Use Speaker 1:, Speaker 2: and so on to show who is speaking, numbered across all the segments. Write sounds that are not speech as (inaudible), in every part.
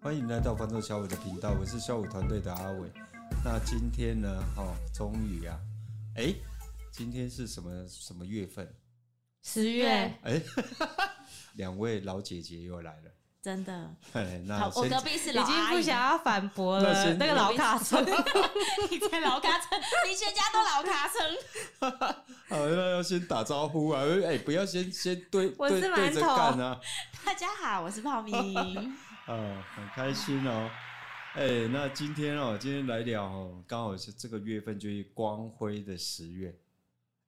Speaker 1: 欢迎来到房东小五的频道，我是小五团队的阿伟。那今天呢，哦，终于啊，哎，今天是什么什么月份？
Speaker 2: 十
Speaker 3: 月
Speaker 2: 月
Speaker 1: 两位老姐姐又来了。
Speaker 3: 真的，
Speaker 1: 嘿那
Speaker 3: 好我
Speaker 1: 啊先
Speaker 3: 隔壁是
Speaker 2: 已
Speaker 3: 老
Speaker 2: 经
Speaker 3: 阿
Speaker 2: 不
Speaker 3: 姨， (laughs)
Speaker 2: 想要反驳
Speaker 1: 那
Speaker 2: 了
Speaker 1: 先，
Speaker 2: 那个老卡车 (laughs)
Speaker 3: 你在老卡层，你全家都老卡层，
Speaker 1: 好，那要先打招呼啊！哎，不要先先对
Speaker 2: 我
Speaker 1: 对
Speaker 2: 是
Speaker 1: 对着
Speaker 2: 馒头
Speaker 1: 干啊！
Speaker 3: 大家好，我是泡米，
Speaker 1: (laughs) 啊，很开心哦。哎、那今天哦，今天来聊哦，刚好是这个月份就是光辉的十月。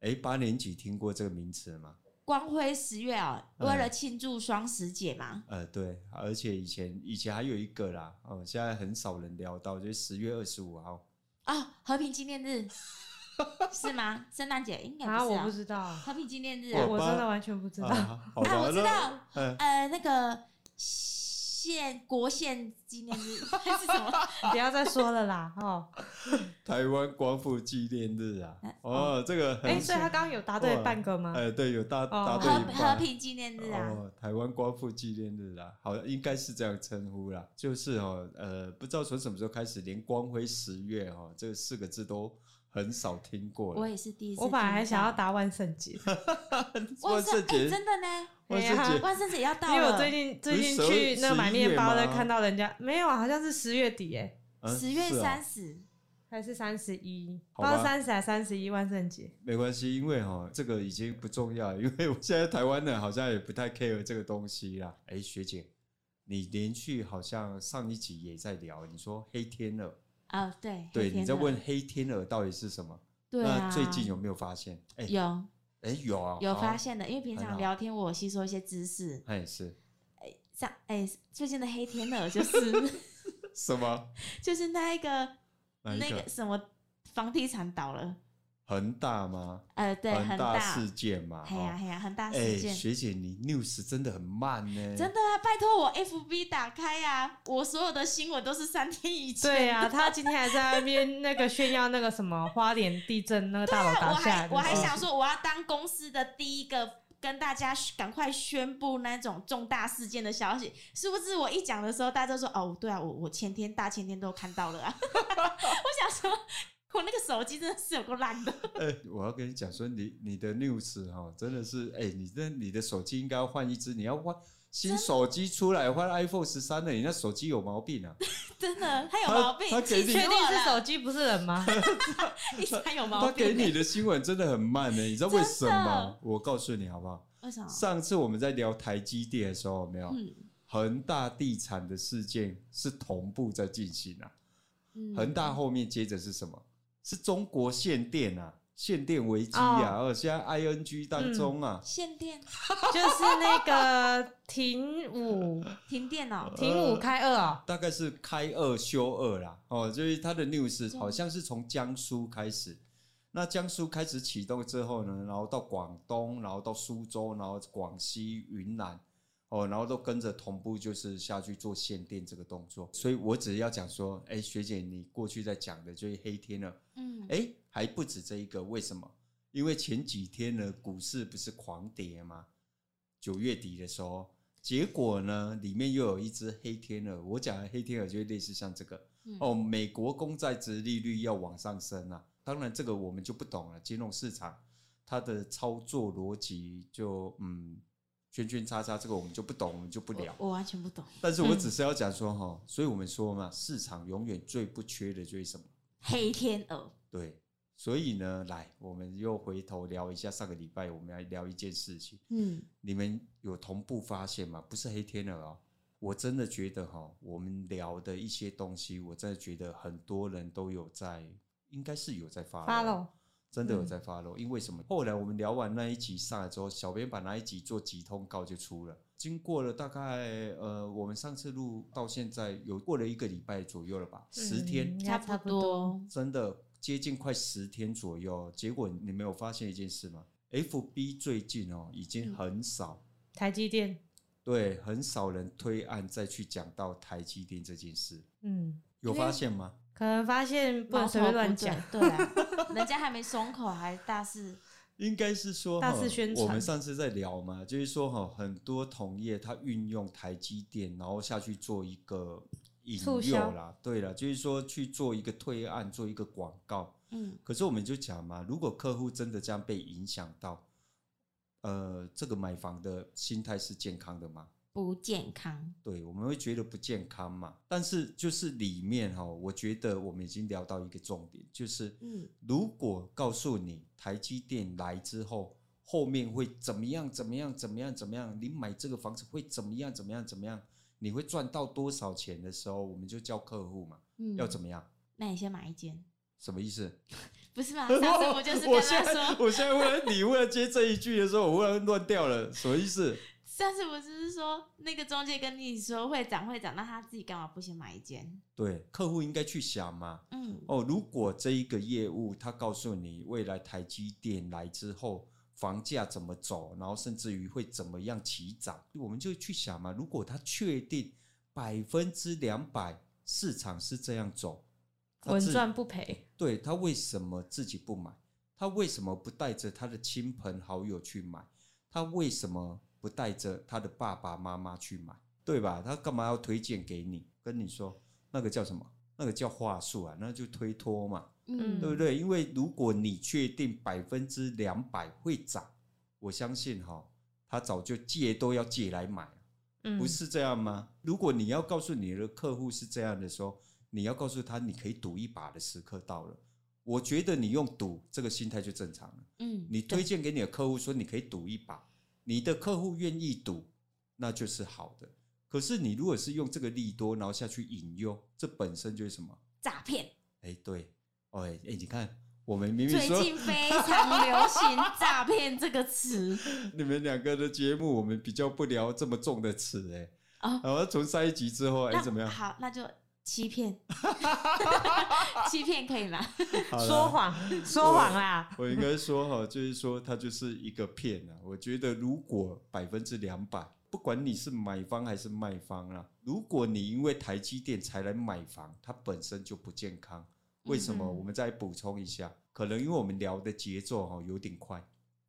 Speaker 1: 哎、八年级听过这个名词吗？
Speaker 3: 光辉十月哦，
Speaker 1: 嗯
Speaker 3: 为了庆祝双十节嘛，
Speaker 1: 呃，对，而且以前以前还有一个啦，哦，现在很少人聊到，就是十月二十五号。
Speaker 3: 哦，和平纪念日是吗？圣诞节应该
Speaker 2: 啊，
Speaker 3: 不是
Speaker 2: 我
Speaker 3: 啊
Speaker 2: 不，知道，
Speaker 3: 和平纪念日啊，
Speaker 1: 我
Speaker 2: 我
Speaker 1: 爸
Speaker 2: 真的完全不知道。
Speaker 1: 啊，好
Speaker 3: 啊，
Speaker 1: 吧，
Speaker 3: 我知
Speaker 1: 那
Speaker 3: 道，
Speaker 1: 嗯，
Speaker 3: 呃，那个县国县纪念
Speaker 1: (laughs)
Speaker 3: 日还是什么？
Speaker 2: 不要再说了啦，哦，
Speaker 1: 台湾光复纪念日啊，哦，这个 (laughs) 很，
Speaker 2: 哎，所以他刚刚有答对半个吗？
Speaker 1: 哎，对，有答答
Speaker 2: 哦
Speaker 1: 对
Speaker 3: 和
Speaker 1: 一
Speaker 3: 和
Speaker 1: 半。
Speaker 3: 平纪念日啊，
Speaker 1: 哦，台湾光复纪念日啦，好，应该是这样称呼啦。就是哦，呃，不知道从什么时候开始，连“光辉十月”哦这四个字都很少听过
Speaker 3: 我
Speaker 1: 了。
Speaker 3: 也是第一次听
Speaker 2: 我
Speaker 3: 到。
Speaker 2: 本来还想要答万圣节，
Speaker 3: 万
Speaker 1: 万
Speaker 3: 圣
Speaker 1: 圣
Speaker 3: 哎，
Speaker 1: 节，
Speaker 3: 真的呢，
Speaker 1: 万圣
Speaker 2: 哎
Speaker 1: 节
Speaker 2: 呀
Speaker 3: 万圣节要
Speaker 2: 因
Speaker 3: 到
Speaker 2: 为我
Speaker 3: 了。
Speaker 2: 最近最近
Speaker 1: 不是
Speaker 2: 去那个买面包
Speaker 1: 11月
Speaker 2: 的，
Speaker 1: 吗
Speaker 2: 看到人家没有啊，好像是十月底哎，
Speaker 1: 嗯
Speaker 3: 十月
Speaker 1: 是哦
Speaker 3: 三十，
Speaker 2: 还是三十一，
Speaker 1: 好
Speaker 2: 不知
Speaker 1: 吧
Speaker 2: 道三十还三十一万圣 (laughs) 节。
Speaker 1: 没关系，因为哈、这个已经不重要了，因为我现在台湾人好像也不太 care 这个东西啦。哎，学姐，你连续好像上一集也在聊，你说黑天鹅，
Speaker 3: 啊，对，
Speaker 1: 对，
Speaker 3: 黑天
Speaker 1: 你在
Speaker 3: 鹅
Speaker 1: 问黑天鹅到底是什么？
Speaker 3: 对
Speaker 1: 那
Speaker 3: 啊，
Speaker 1: 最近有没有发现？哎
Speaker 3: 有
Speaker 1: 哎，有啊，
Speaker 3: 有
Speaker 1: 好
Speaker 3: 发，现的，因为平
Speaker 1: 很
Speaker 3: 常
Speaker 1: 好
Speaker 3: 聊天我有吸收一些知识，
Speaker 1: 哎是
Speaker 3: 像哎最近的黑天鹅就是 (laughs)
Speaker 1: 什么？
Speaker 3: 就是那一个
Speaker 1: 哪一
Speaker 3: 那
Speaker 1: 个
Speaker 3: 个什么房地产倒了，
Speaker 1: 恒大吗？
Speaker 3: 呃，对，很
Speaker 1: 大
Speaker 3: 大，
Speaker 1: 事件嘛。
Speaker 3: 嘿呀
Speaker 1: 哦
Speaker 3: 嘿呀，很大
Speaker 1: 哎，
Speaker 3: 事件。
Speaker 1: 学姐，你 news 真的很慢呢。
Speaker 3: 真的啊！拜托我 FB 打开啊，我所有的新闻都是三天以前。
Speaker 2: 对啊，他今天还在那边那个炫耀那个什么花莲地震那个大楼
Speaker 3: 我
Speaker 2: 倒下
Speaker 3: 还
Speaker 2: 来的
Speaker 3: 我还
Speaker 2: 事
Speaker 3: 想说，我要当公司的第一个跟大家赶快宣布那种重大事件的消息，是不是？我一讲的时候，大家都说哦，对啊，我我前天大前天都看到了啊。 (laughs) 我想说，我那个手机真的是有够烂的。
Speaker 1: 哎，我要跟你讲说，你你的 news 哈、真的是哎，你这你的手机应该要换一只，你要换新手机出来换 iPhone 十三了，你那手机有毛病啊！
Speaker 3: 真的，他有
Speaker 1: 他
Speaker 3: 毛病，
Speaker 1: 他给你
Speaker 3: (laughs) 气死
Speaker 2: 确定
Speaker 3: 我
Speaker 2: 是
Speaker 3: 了
Speaker 2: 手机不是人吗？
Speaker 3: 他有毛
Speaker 1: 他给
Speaker 3: 病欸、
Speaker 1: 你的新闻真的很慢呢，你知道为什
Speaker 3: 真
Speaker 1: 么
Speaker 3: 的？
Speaker 1: 我告诉你好不好？
Speaker 3: 为什么？
Speaker 1: 上次我们在聊台积电的时候，有没有
Speaker 3: 嗯
Speaker 1: 恒大地产的事件是同步在进行啊。
Speaker 3: 嗯，
Speaker 1: 恒大后面接着是什么？是中国限电啊，限电危机啊，哦，现在 ING 当中啊，
Speaker 3: 限电、
Speaker 2: (laughs) 就是那个停五
Speaker 3: 停电哦、
Speaker 1: 呃
Speaker 2: 停五开二哦，
Speaker 1: 大概是开二休二啦，哦，就是它的 news 好像是从江苏开始，那江苏开始启动之后呢，然后到广东，然后到苏州，然后广西、云南。哦，然后都跟着同步，就是下去做限电这个动作，所以我只是要讲说，哎，学姐，你过去在讲的就是黑天鹅，
Speaker 3: 嗯，
Speaker 1: 哎，还不止这一个，为什么？因为前几天呢，股市不是狂跌吗？九月底的时候，结果呢，里面又有一只黑天鹅。我讲的黑天鹅就类似像这个、
Speaker 3: 嗯
Speaker 1: 哦，美国公债值利率要往上升啊。当然，这个我们就不懂了，金融市场它的操作逻辑就嗯圈圈叉叉，这个我们就不懂，我们就不聊。
Speaker 3: 我我完全不懂。
Speaker 1: 但是我只是要讲说哈、所以我们说嘛，市场永远最不缺的就是什么？
Speaker 3: 黑天鹅，
Speaker 1: 对，所以呢，来，我们又回头聊一下上个礼拜我们来聊一件事情，
Speaker 3: 嗯，
Speaker 1: 你们有同步发现吗？不是黑天鹅哦，我真的觉得哈、我们聊的一些东西，我真的觉得很多人都有在，应该是有在发
Speaker 2: 发喽。
Speaker 1: 真的有在发 o 因为什么？后来我们聊完那一集上来之后，小编把那一集做集通告就出了。经过了大概呃，我们上次录到现在有过了一个礼拜左右了吧，十天，
Speaker 2: 嗯
Speaker 3: 差不。多。
Speaker 1: 真的接近快十天左右。结果你没有发现一件事吗？FB 最近哦，已经很少、
Speaker 2: 台积电，
Speaker 1: 对很少人推案再去讲到台积电这件事，
Speaker 2: 嗯，
Speaker 1: 有发现吗？
Speaker 2: 可能发现不
Speaker 3: 矛
Speaker 2: 能随
Speaker 3: 头
Speaker 2: 便
Speaker 3: 不
Speaker 2: 乱
Speaker 3: 准
Speaker 2: 讲，，
Speaker 3: 对啊，人家还没松口，还大肆
Speaker 1: 应该是说哈
Speaker 2: 大肆宣传
Speaker 1: 我们上次在聊嘛，哦就是说哈，很多同业它运用台积电，然后下去做一个引诱
Speaker 2: 促销
Speaker 1: 啦，对了，就是说去做一个推案，做一个广告。
Speaker 3: 嗯，
Speaker 1: 可是我们就讲嘛，如果客户真的这样被影响到，呃，这个买房的心态是健康的吗？
Speaker 3: 不健康，
Speaker 1: 对，我们会觉得不健康嘛。但是就是里面哈、我觉得我们已经聊到一个重点，就是
Speaker 3: 嗯，
Speaker 1: 如果告诉你台积电来之后，后面会怎么样怎么样怎么样怎么样，你买这个房子会怎么样怎么样怎么样，你会赚到多少钱的时候，我们就叫客户嘛，
Speaker 3: 嗯
Speaker 1: 要怎么样？
Speaker 3: 那你先买一间，
Speaker 1: 什么意思？
Speaker 3: 不是吗？上次我就是
Speaker 1: (laughs)
Speaker 3: 跟
Speaker 1: 我现
Speaker 3: 他
Speaker 1: 在
Speaker 3: 说，
Speaker 1: 我现在忽然 (laughs) 你忽然接这一句的时候，我忽然乱掉了，什么意思？
Speaker 3: 上次我就是说那个中介跟你说会涨会涨，那他自己干嘛不先买一间？
Speaker 1: 对，客户应该去想嘛。
Speaker 3: 嗯
Speaker 1: 哦，如果这一个业务他告诉你未来台积电来之后房价怎么走，然后甚至于会怎么样起涨，我们就去想嘛。如果他确定百分之两百市场是这样走， (laughs) 他
Speaker 2: 稳
Speaker 1: 自
Speaker 2: 赚不赔。
Speaker 1: 对他为什么自己不买？他为什么不带着他的亲朋好友去买？他为什么不带着他的爸爸妈妈去买？对吧？他干嘛要推荐给你？跟你说那个叫什么？那个叫话术啊，那就推脱嘛，
Speaker 2: 嗯
Speaker 1: 对不对？因为如果你确定百分之两百会涨，我相信哈、他早就借都要借来买了
Speaker 2: 嗯，
Speaker 1: 不是这样吗？如果你要告诉你的客户是这样的时候，你要告诉他你可以赌一把的时刻到了。我觉得你用赌这个心态就正常了。
Speaker 3: 嗯，
Speaker 1: 你推荐给你的客户说你可以赌一把，你的客户愿意赌，那就是好的。可是你如果是用这个利多，然后下去引诱，这本身就是什么？
Speaker 3: 诈骗
Speaker 1: (laughs) 哎，对，哦，哎，哎你看，我们明明
Speaker 3: 最
Speaker 1: 说
Speaker 3: 近非常流行“诈骗”这个词
Speaker 1: (laughs) 你们两个的节目，我们比较不聊这么重的词，哎，
Speaker 3: 哦
Speaker 1: 然后从上一集之后，哎，
Speaker 3: 那
Speaker 1: 怎么样？
Speaker 3: 好，那就
Speaker 1: (laughs)
Speaker 3: 欺骗，欺骗可以吗？
Speaker 1: 好了
Speaker 2: 说谎， (laughs) 说谎啦。
Speaker 1: 我应该说哈，就是说它就是一个骗啊。我觉得如果百分之两百，不管你是买方还是卖方啊，如果你因为台积电才来买房，它本身就不健康。为什么？
Speaker 2: 嗯
Speaker 1: 我们再补充一下，可能因为我们聊的节奏哈有点快。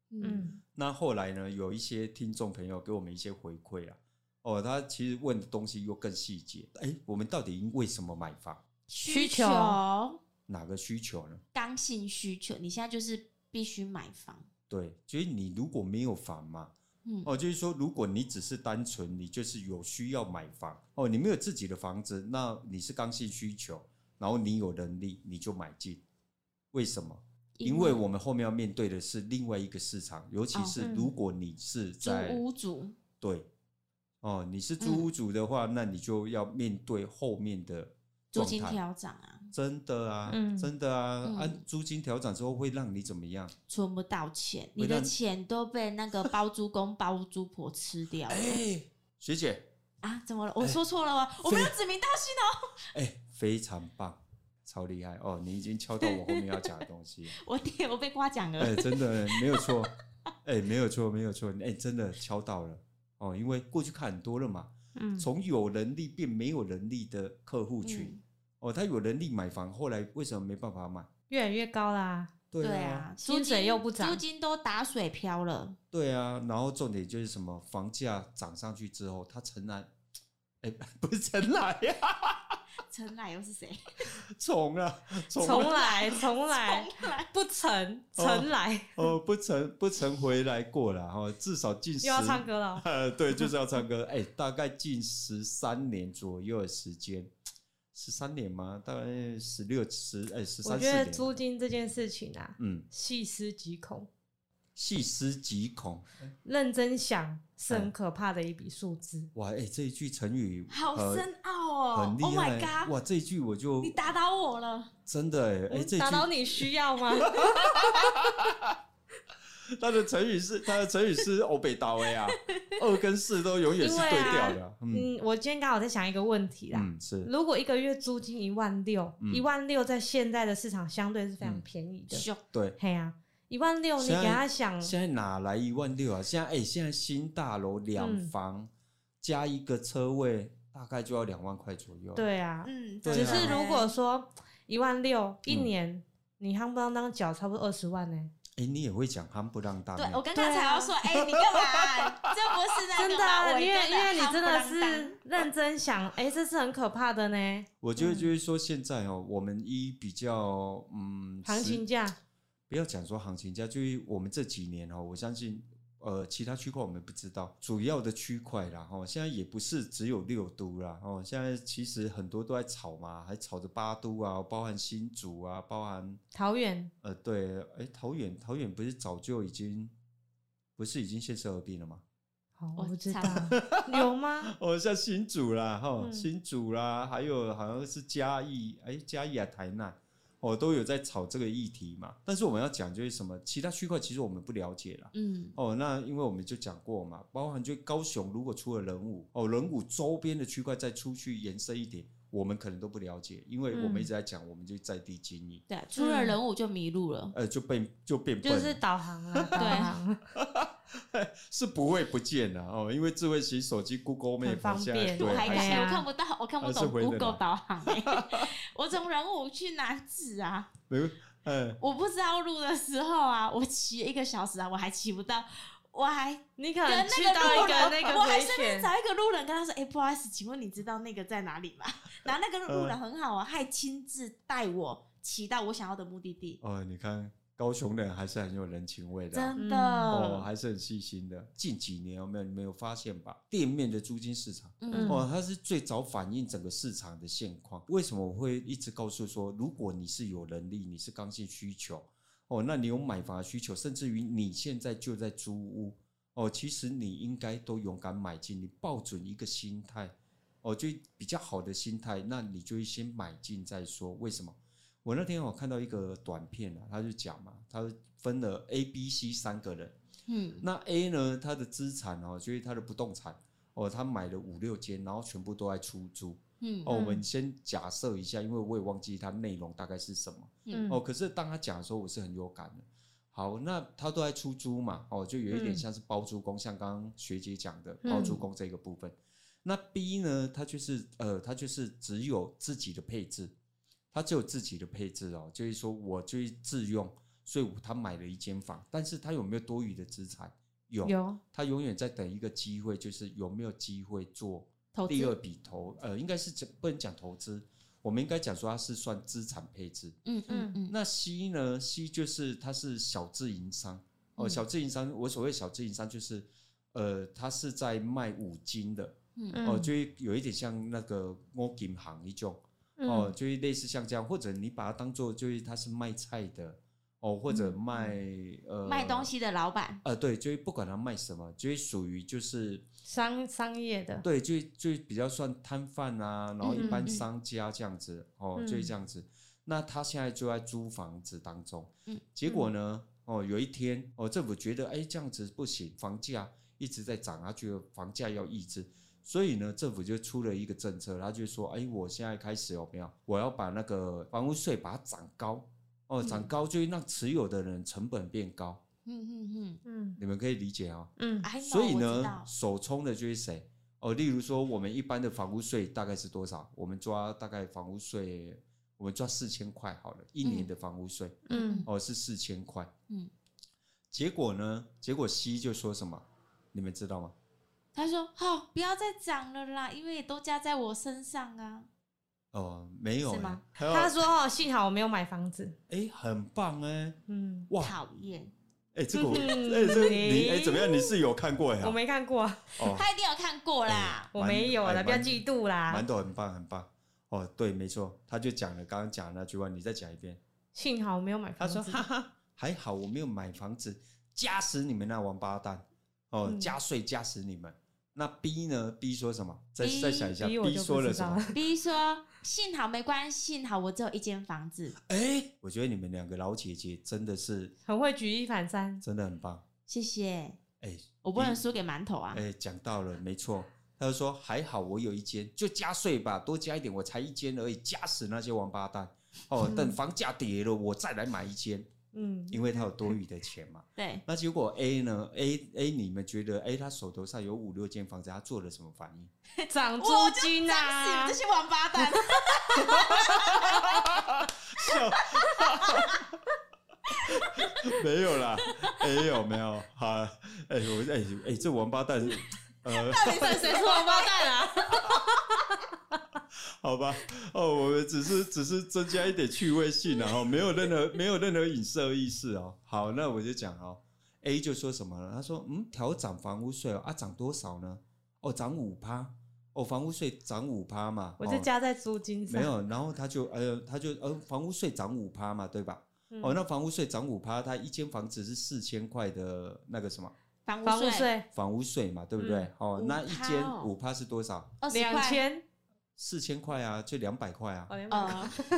Speaker 3: 嗯
Speaker 2: 嗯，
Speaker 1: 那后来呢，有一些听众朋友给我们一些回馈啊，哦，他其实问的东西又更细节。哎，我们到底因为什么买房？
Speaker 2: 需求
Speaker 1: 哪个需求呢？
Speaker 3: 刚性需求，你现在就是必须买房。
Speaker 1: 对，所以你如果没有房嘛，
Speaker 3: 嗯
Speaker 1: 哦，就是说，如果你只是单纯你就是有需要买房，哦，你没有自己的房子，那你是刚性需求，然后你有能力你就买进，为什么？因为我们后面要面对的是另外一个市场，尤其
Speaker 3: 哦
Speaker 1: 是
Speaker 2: 嗯
Speaker 1: 如果你是
Speaker 3: 租
Speaker 1: 在、
Speaker 3: 屋嗯主，
Speaker 1: 对，哦，你是租屋主的话，那你就要面对后面的
Speaker 3: 租
Speaker 1: 状
Speaker 3: 金
Speaker 1: 态。
Speaker 3: 调涨啊，
Speaker 1: 真的啊，
Speaker 2: 嗯
Speaker 1: 真的啊，
Speaker 3: 嗯
Speaker 1: 按、租金调整之后会让你怎么样？
Speaker 3: 存不到钱，
Speaker 1: 没
Speaker 3: 你的
Speaker 1: 让
Speaker 3: 钱都被那个包租公、包租婆吃掉了
Speaker 1: (laughs) 哎、学姐，
Speaker 3: 啊！怎么了？我说错了吗？我没有指名道姓哦， (laughs)
Speaker 1: 哎、非常棒，超厉害哦！你已经敲到我后面要讲的东西了， (laughs)
Speaker 3: 我爹我被夸奖
Speaker 1: 哎、
Speaker 3: 了。
Speaker 1: 真的没有错，哎、没有错，没有错，哎、真的敲到了哦！因为过去看很多了嘛，
Speaker 2: 嗯，
Speaker 1: 从有能力变没有能力的客户群、
Speaker 3: 嗯
Speaker 1: 哦，他有能力买房，后来为什么没办法买？
Speaker 2: 越来越高啦。
Speaker 1: 对啊，
Speaker 3: 啊，
Speaker 2: 薪
Speaker 3: 租
Speaker 2: 水
Speaker 3: 金
Speaker 2: 又不涨
Speaker 3: 租金都打水漂了。
Speaker 1: 对啊，然后重点就是什么？房价涨上去之后，他承揽，哎、 (laughs) 不是承揽呀、 (laughs)
Speaker 3: 陈奶又是谁？
Speaker 1: 宠啊，宠啊 (laughs)
Speaker 2: 重来，重来，
Speaker 3: 重来
Speaker 2: 不成，重来，
Speaker 1: 哦，不曾不曾回来过了哈、哦，至少近十
Speaker 2: 又要唱歌了哦。
Speaker 1: 呃， (laughs) 对，就是要唱歌。哎、大概近十三年左右的时间，十三年吗？大概十六十哎十
Speaker 2: 我
Speaker 1: 三
Speaker 2: 觉
Speaker 1: 四
Speaker 2: 得
Speaker 1: 年。
Speaker 2: 租金这件事情啊，
Speaker 1: 嗯，
Speaker 2: 细思极恐，
Speaker 1: 细思极恐。
Speaker 2: 认真想是
Speaker 1: 哎
Speaker 2: 很可怕的一笔数字。
Speaker 1: 哇，哎、这一句成语
Speaker 3: 好深奥哦
Speaker 1: 很厉
Speaker 3: ！Oh
Speaker 1: 害、
Speaker 3: my god！
Speaker 1: 哇，这一句我就
Speaker 3: (laughs) 你打倒我了，
Speaker 1: 真的哎、
Speaker 2: 我
Speaker 1: 哎、
Speaker 2: 们
Speaker 1: 这一
Speaker 2: 打倒
Speaker 1: 句
Speaker 2: 你需要吗？
Speaker 1: 它的成语是它的成语是欧北达威啊，二跟四都永远是
Speaker 2: 因为
Speaker 1: 对
Speaker 2: 啊
Speaker 1: 调的啊、嗯
Speaker 2: 嗯，我今天刚好在想一个问题啦。
Speaker 1: 嗯是
Speaker 2: 如果一个月租金一万六，
Speaker 1: 嗯
Speaker 2: 一万六在现在的市场相对是非常便宜的。
Speaker 3: 咻！
Speaker 1: 对。
Speaker 2: 嘿呀、一万六你
Speaker 1: 现在
Speaker 2: 给他想，
Speaker 1: 现在哪来一万六啊？现在哎、现在新大楼两
Speaker 2: 嗯
Speaker 1: 房、加一个车位，大概就要两万块左右。，
Speaker 2: 对啊，
Speaker 3: 嗯，
Speaker 1: 对啊
Speaker 2: 只
Speaker 3: 真
Speaker 2: 是
Speaker 3: 的
Speaker 2: 如
Speaker 3: 欸
Speaker 2: 果说一万六一
Speaker 1: 嗯
Speaker 2: 年，你夯不啷当缴差不多二十万呢、
Speaker 1: 哎、你也会讲夯不啷当、
Speaker 3: 对
Speaker 1: 啊
Speaker 3: 我刚刚才
Speaker 2: 对啊
Speaker 3: 要说，哎，你干嘛？这不是那
Speaker 2: 真
Speaker 3: 个
Speaker 2: 的
Speaker 3: 吗？
Speaker 2: 啊，
Speaker 3: 我
Speaker 2: 因为
Speaker 3: 真
Speaker 2: 因为你真的
Speaker 3: 夯不啷当
Speaker 2: 是认真想，哎、这是很可怕的呢。
Speaker 1: 我觉得就是说，现在哦，我们一比较嗯，
Speaker 2: 行
Speaker 1: 实
Speaker 2: 情价，
Speaker 1: 不要讲说行情价，就是我们这几年哦，我相信呃，其他区块我们不知道，主要的区块啦哦，现在也不是只有六都啦哦，现在其实很多都在炒嘛，还炒着八都啊，包含新竹啊，包含
Speaker 2: 桃园
Speaker 1: 呃，对，哎，桃园桃园不是早就已经不是已经县市合并了吗？
Speaker 2: 好，
Speaker 3: 我
Speaker 2: 我不知
Speaker 3: 查
Speaker 2: 道 (laughs)
Speaker 1: (laughs)
Speaker 2: 有吗？
Speaker 1: 哦，像新竹啦，哈、
Speaker 2: 嗯
Speaker 1: 新竹啦，还有好像是嘉义，哎，嘉义啊，台南，哦，都有在炒这个议题嘛。但是我们要讲就是什么，其他区块其实我们不了解啦。
Speaker 3: 嗯，
Speaker 1: 哦，那因为我们就讲过嘛，包含就高雄如果出了人武，哦，人武周边的区块再出去延伸一点，我们可能都不了解，因为我们一直在讲，我们就在地经营，
Speaker 3: 对，啊出了
Speaker 2: 嗯
Speaker 3: 人物就迷路了。
Speaker 1: 呃，就变就变笨
Speaker 2: 就
Speaker 1: 了，
Speaker 2: 是导航啊，导航
Speaker 1: (laughs) 是不会不见了哦，因为智慧型手机 Google
Speaker 2: 很
Speaker 1: Map
Speaker 2: 方
Speaker 1: 现在
Speaker 2: 便
Speaker 1: 对
Speaker 3: 我还
Speaker 2: 哎
Speaker 1: 是
Speaker 3: 看
Speaker 2: 呀
Speaker 3: 我看不到，我看不
Speaker 1: 还是
Speaker 3: 懂
Speaker 1: 回得
Speaker 3: Google
Speaker 1: 来
Speaker 3: 导航、欸，我从人物去哪指啊？
Speaker 1: 没问嗯。
Speaker 3: 我不知道路的时候啊，我骑一个小时啊，我还骑不到，我还
Speaker 2: 你可
Speaker 3: 跟
Speaker 2: 能去
Speaker 3: 那
Speaker 2: 到
Speaker 3: 路
Speaker 2: 一个那
Speaker 3: 人，
Speaker 2: 个
Speaker 3: 我还
Speaker 2: 回
Speaker 3: 顺便
Speaker 2: 旋，
Speaker 3: 找一个路人跟他说：“哎、不好意思，请问你知道那个在哪里吗？”然后那个路
Speaker 1: 嗯
Speaker 3: 人很好啊，还亲自带我骑到我想要的目的地，
Speaker 1: 哦，你看高雄人还是很有人情味的啊、
Speaker 2: 嗯
Speaker 3: 真
Speaker 1: 哦，
Speaker 3: 的，
Speaker 1: 还是很细心的。近几年有没有你没有发现吧？店面的租金市场，
Speaker 3: 嗯，
Speaker 1: 哦，它是最早反映整个市场的现况。为什么我会一直告诉说，如果你是有能力，你是刚性需求，哦，那你有买房的需求，甚至于你现在就在租屋，哦，其实你应该都勇敢买进，你抱准一个心态，哦，就比较好的心态，那你就先买进再说。为什么？我那天我看到一个短片啊，他就讲嘛，他分了 A、B、C 三个人，
Speaker 3: 嗯，
Speaker 1: 那 A 呢，他的资产哦，就是他的不动产哦，他买了五六间，然后全部都在出租
Speaker 3: 嗯，
Speaker 1: 哦。
Speaker 2: 嗯
Speaker 1: 我们先假设一下，因为我也忘记他内容大概是什么
Speaker 2: 嗯
Speaker 1: 哦。可是当他讲的时候，我是很有感的。好，那他都在出租嘛，哦，就有一点
Speaker 2: 嗯
Speaker 1: 像是包租公，像刚刚学姐讲的
Speaker 2: 嗯
Speaker 1: 包租公这个部分。那 B 呢，他就是呃，他就是只有自己的配置，他只有自己的配置哦，就是说我就是自用，所以他买了一间房，但是他有没有多余的资产？
Speaker 2: 有
Speaker 1: 他永远在等一个机会，就是有没有机会做
Speaker 3: 投
Speaker 1: 第二
Speaker 3: 资，
Speaker 1: 笔投，呃，应该是讲不能讲投资，我们应该讲说它是算资产配置。
Speaker 3: 嗯嗯嗯，
Speaker 1: 那 C 呢？C 就是它是小自营商哦，
Speaker 3: 嗯
Speaker 1: 小自营商，我所谓小自营商就是，呃，它是在卖五金的
Speaker 3: 嗯
Speaker 1: 哦，
Speaker 2: 嗯
Speaker 1: 就有一点像那个五金行一种哦，
Speaker 2: 嗯
Speaker 1: 就是类似像这样，或者你把它当做就是它是卖菜的哦，或者
Speaker 3: 嗯
Speaker 1: 卖呃
Speaker 3: 卖东西的老板，
Speaker 1: 呃，对，就是不管他卖什么，就是属于就是
Speaker 2: 商商业的，
Speaker 1: 对，就就比较算摊贩啊，然后一
Speaker 3: 嗯嗯
Speaker 1: 般
Speaker 3: 嗯
Speaker 1: 商家这样子、哦，就是这样子。那他现在就在租房子当中，
Speaker 3: 嗯
Speaker 1: 结果呢，哦，有一天哦，政府觉得哎这样子不行，房价一直在涨，他觉得房价要抑制，所以呢，政府就出了一个政策，他就说，哎，我现在开始有没有，我要把那个房屋税把它涨高。哦，涨
Speaker 3: 嗯
Speaker 1: 高就会让持有的人成本变高，
Speaker 3: 嗯嗯
Speaker 2: 嗯
Speaker 1: 你们可以理解哦。
Speaker 2: 嗯
Speaker 3: 嗯，哎，
Speaker 1: 所以
Speaker 3: 我知
Speaker 1: 呢
Speaker 3: 道，，
Speaker 1: 首冲的就是谁？哦，例如说我们一般的房屋税大概是多少？我们抓大概房屋税，我们抓四千块好了，一年
Speaker 3: 嗯
Speaker 1: 的房屋税、
Speaker 2: 嗯
Speaker 1: 哦是四千块。
Speaker 3: 嗯，
Speaker 1: 结果呢？结果 C 就说什么？你们知道吗？
Speaker 3: 他说：“好、不要再涨了啦，因为也都加在我身上啊。
Speaker 1: 哦，没有、
Speaker 3: 是
Speaker 1: 欸，
Speaker 3: 吗
Speaker 1: 还有
Speaker 2: 他说哦，幸好我没有买房子，
Speaker 1: 哎、很棒哎、
Speaker 2: 嗯，
Speaker 1: 哇，
Speaker 3: 讨厌，
Speaker 1: 哎、这个我，哎、
Speaker 2: 嗯
Speaker 1: 这个
Speaker 3: (laughs)
Speaker 1: 你，哎、
Speaker 2: 诶
Speaker 1: 怎么样？你是有看过哎呀、
Speaker 2: 我没看过，
Speaker 1: 哦，
Speaker 3: 他一定有看过啦。
Speaker 2: 我没有
Speaker 1: 哎
Speaker 2: 了，不要
Speaker 1: 蛮
Speaker 2: 嫉妒啦
Speaker 1: 馒。头很棒，很棒。哦，对，没错，他就讲了刚刚讲的那句话，你再讲一遍。
Speaker 2: 幸好我没有买
Speaker 1: 他
Speaker 2: 房
Speaker 1: 说：“
Speaker 2: 子，
Speaker 1: 哈哈，还好我没有买房子，夹死你们那王八蛋！哦，
Speaker 2: 嗯
Speaker 1: 加税夹死你们。”那 B 呢？B 说什么？再
Speaker 3: B-
Speaker 1: 再想一下
Speaker 2: B 我就
Speaker 1: 说
Speaker 2: 不
Speaker 1: 了
Speaker 2: 知
Speaker 1: 什
Speaker 2: 道
Speaker 1: 么
Speaker 2: 了？。
Speaker 3: 比如说，幸好没关系，幸好我只有一间房子。
Speaker 1: 哎、我觉得你们两个老姐姐真的是
Speaker 2: 很会举一反三，
Speaker 1: 真的很棒。
Speaker 3: 谢谢，
Speaker 1: 哎、
Speaker 3: 我不能输给馒头啊。
Speaker 1: 哎，讲到了，没错。他就说：“还好我有一间，就加税吧，多加一点，我才一间而已，夹死那些王八蛋！哦，等房价跌了，我再来买一间，
Speaker 2: 嗯
Speaker 1: 因为他有多余的钱嘛。”
Speaker 3: 对，
Speaker 1: 那结果 A 呢？A A 你们觉得 A 他手头上有五六间房子，他做了什么反应？
Speaker 2: (laughs) 涨租
Speaker 3: 我
Speaker 2: 金
Speaker 3: 涨死你们
Speaker 2: 啊
Speaker 3: 这，些王八蛋！
Speaker 1: (laughs) 没有啦，没有没有，好，哎、我哎哎、这王八蛋，呃，
Speaker 2: (laughs) 谁谁是王八蛋啊？
Speaker 1: (laughs) 好吧，哦，我们只是只是增加一点趣味性然后没有任何没 (laughs) 有任何影射意识哦。好，那我就讲哦，A 就说什么了？他说，嗯，调涨房屋税哦，啊，涨多少呢？哦，涨五趴，哦，房屋税涨五趴嘛，
Speaker 2: (laughs) 我就
Speaker 1: 哦
Speaker 2: 加在租金上。
Speaker 1: 没有，然后他就呃，他就呃，房屋税涨五趴嘛，对吧？
Speaker 2: 嗯
Speaker 1: 哦，那房屋税涨五趴，他一间房子是四千块的那个什么
Speaker 3: (laughs) 房
Speaker 2: 房
Speaker 3: 屋
Speaker 2: 屋税
Speaker 1: 房屋税嘛，对不对？
Speaker 2: 嗯
Speaker 1: 哦，那一
Speaker 3: 5%
Speaker 1: 间
Speaker 3: 哦
Speaker 1: 五趴是多少？
Speaker 3: 二十
Speaker 2: 两
Speaker 3: 块，
Speaker 2: 千，
Speaker 1: 四千块啊，就两百块啊，
Speaker 2: 哦两百 块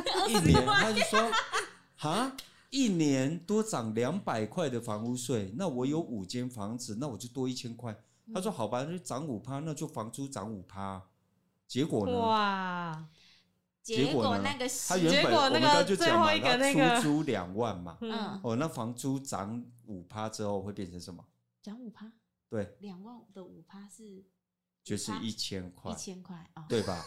Speaker 1: (laughs)
Speaker 3: 呃，
Speaker 1: 一年他就说 (laughs) 哈。一年多涨两百块的房屋税，那我有五间房子，那我就多一千块。他
Speaker 2: 嗯
Speaker 1: 说好吧，那就涨五趴，那就房租涨五趴。结果呢？
Speaker 2: 哇，
Speaker 1: 结
Speaker 3: 结
Speaker 1: 果
Speaker 3: 果
Speaker 1: 呢
Speaker 3: 那个
Speaker 1: 他
Speaker 3: 洗
Speaker 1: 原
Speaker 2: 结
Speaker 1: 本
Speaker 2: 果
Speaker 1: 我
Speaker 2: 那
Speaker 1: 们
Speaker 2: 个
Speaker 1: 刚刚就讲嘛，
Speaker 2: 最后一个那
Speaker 1: 他出
Speaker 2: 个
Speaker 1: 租两万嘛，
Speaker 2: 嗯
Speaker 3: 嗯，
Speaker 1: 哦，那房租涨五趴之后会变成什么？
Speaker 3: 涨五趴，
Speaker 1: 对，
Speaker 3: 两万的五趴是
Speaker 1: 就是
Speaker 3: 5%
Speaker 1: 一千块
Speaker 3: 一，千块啊，
Speaker 1: 对吧？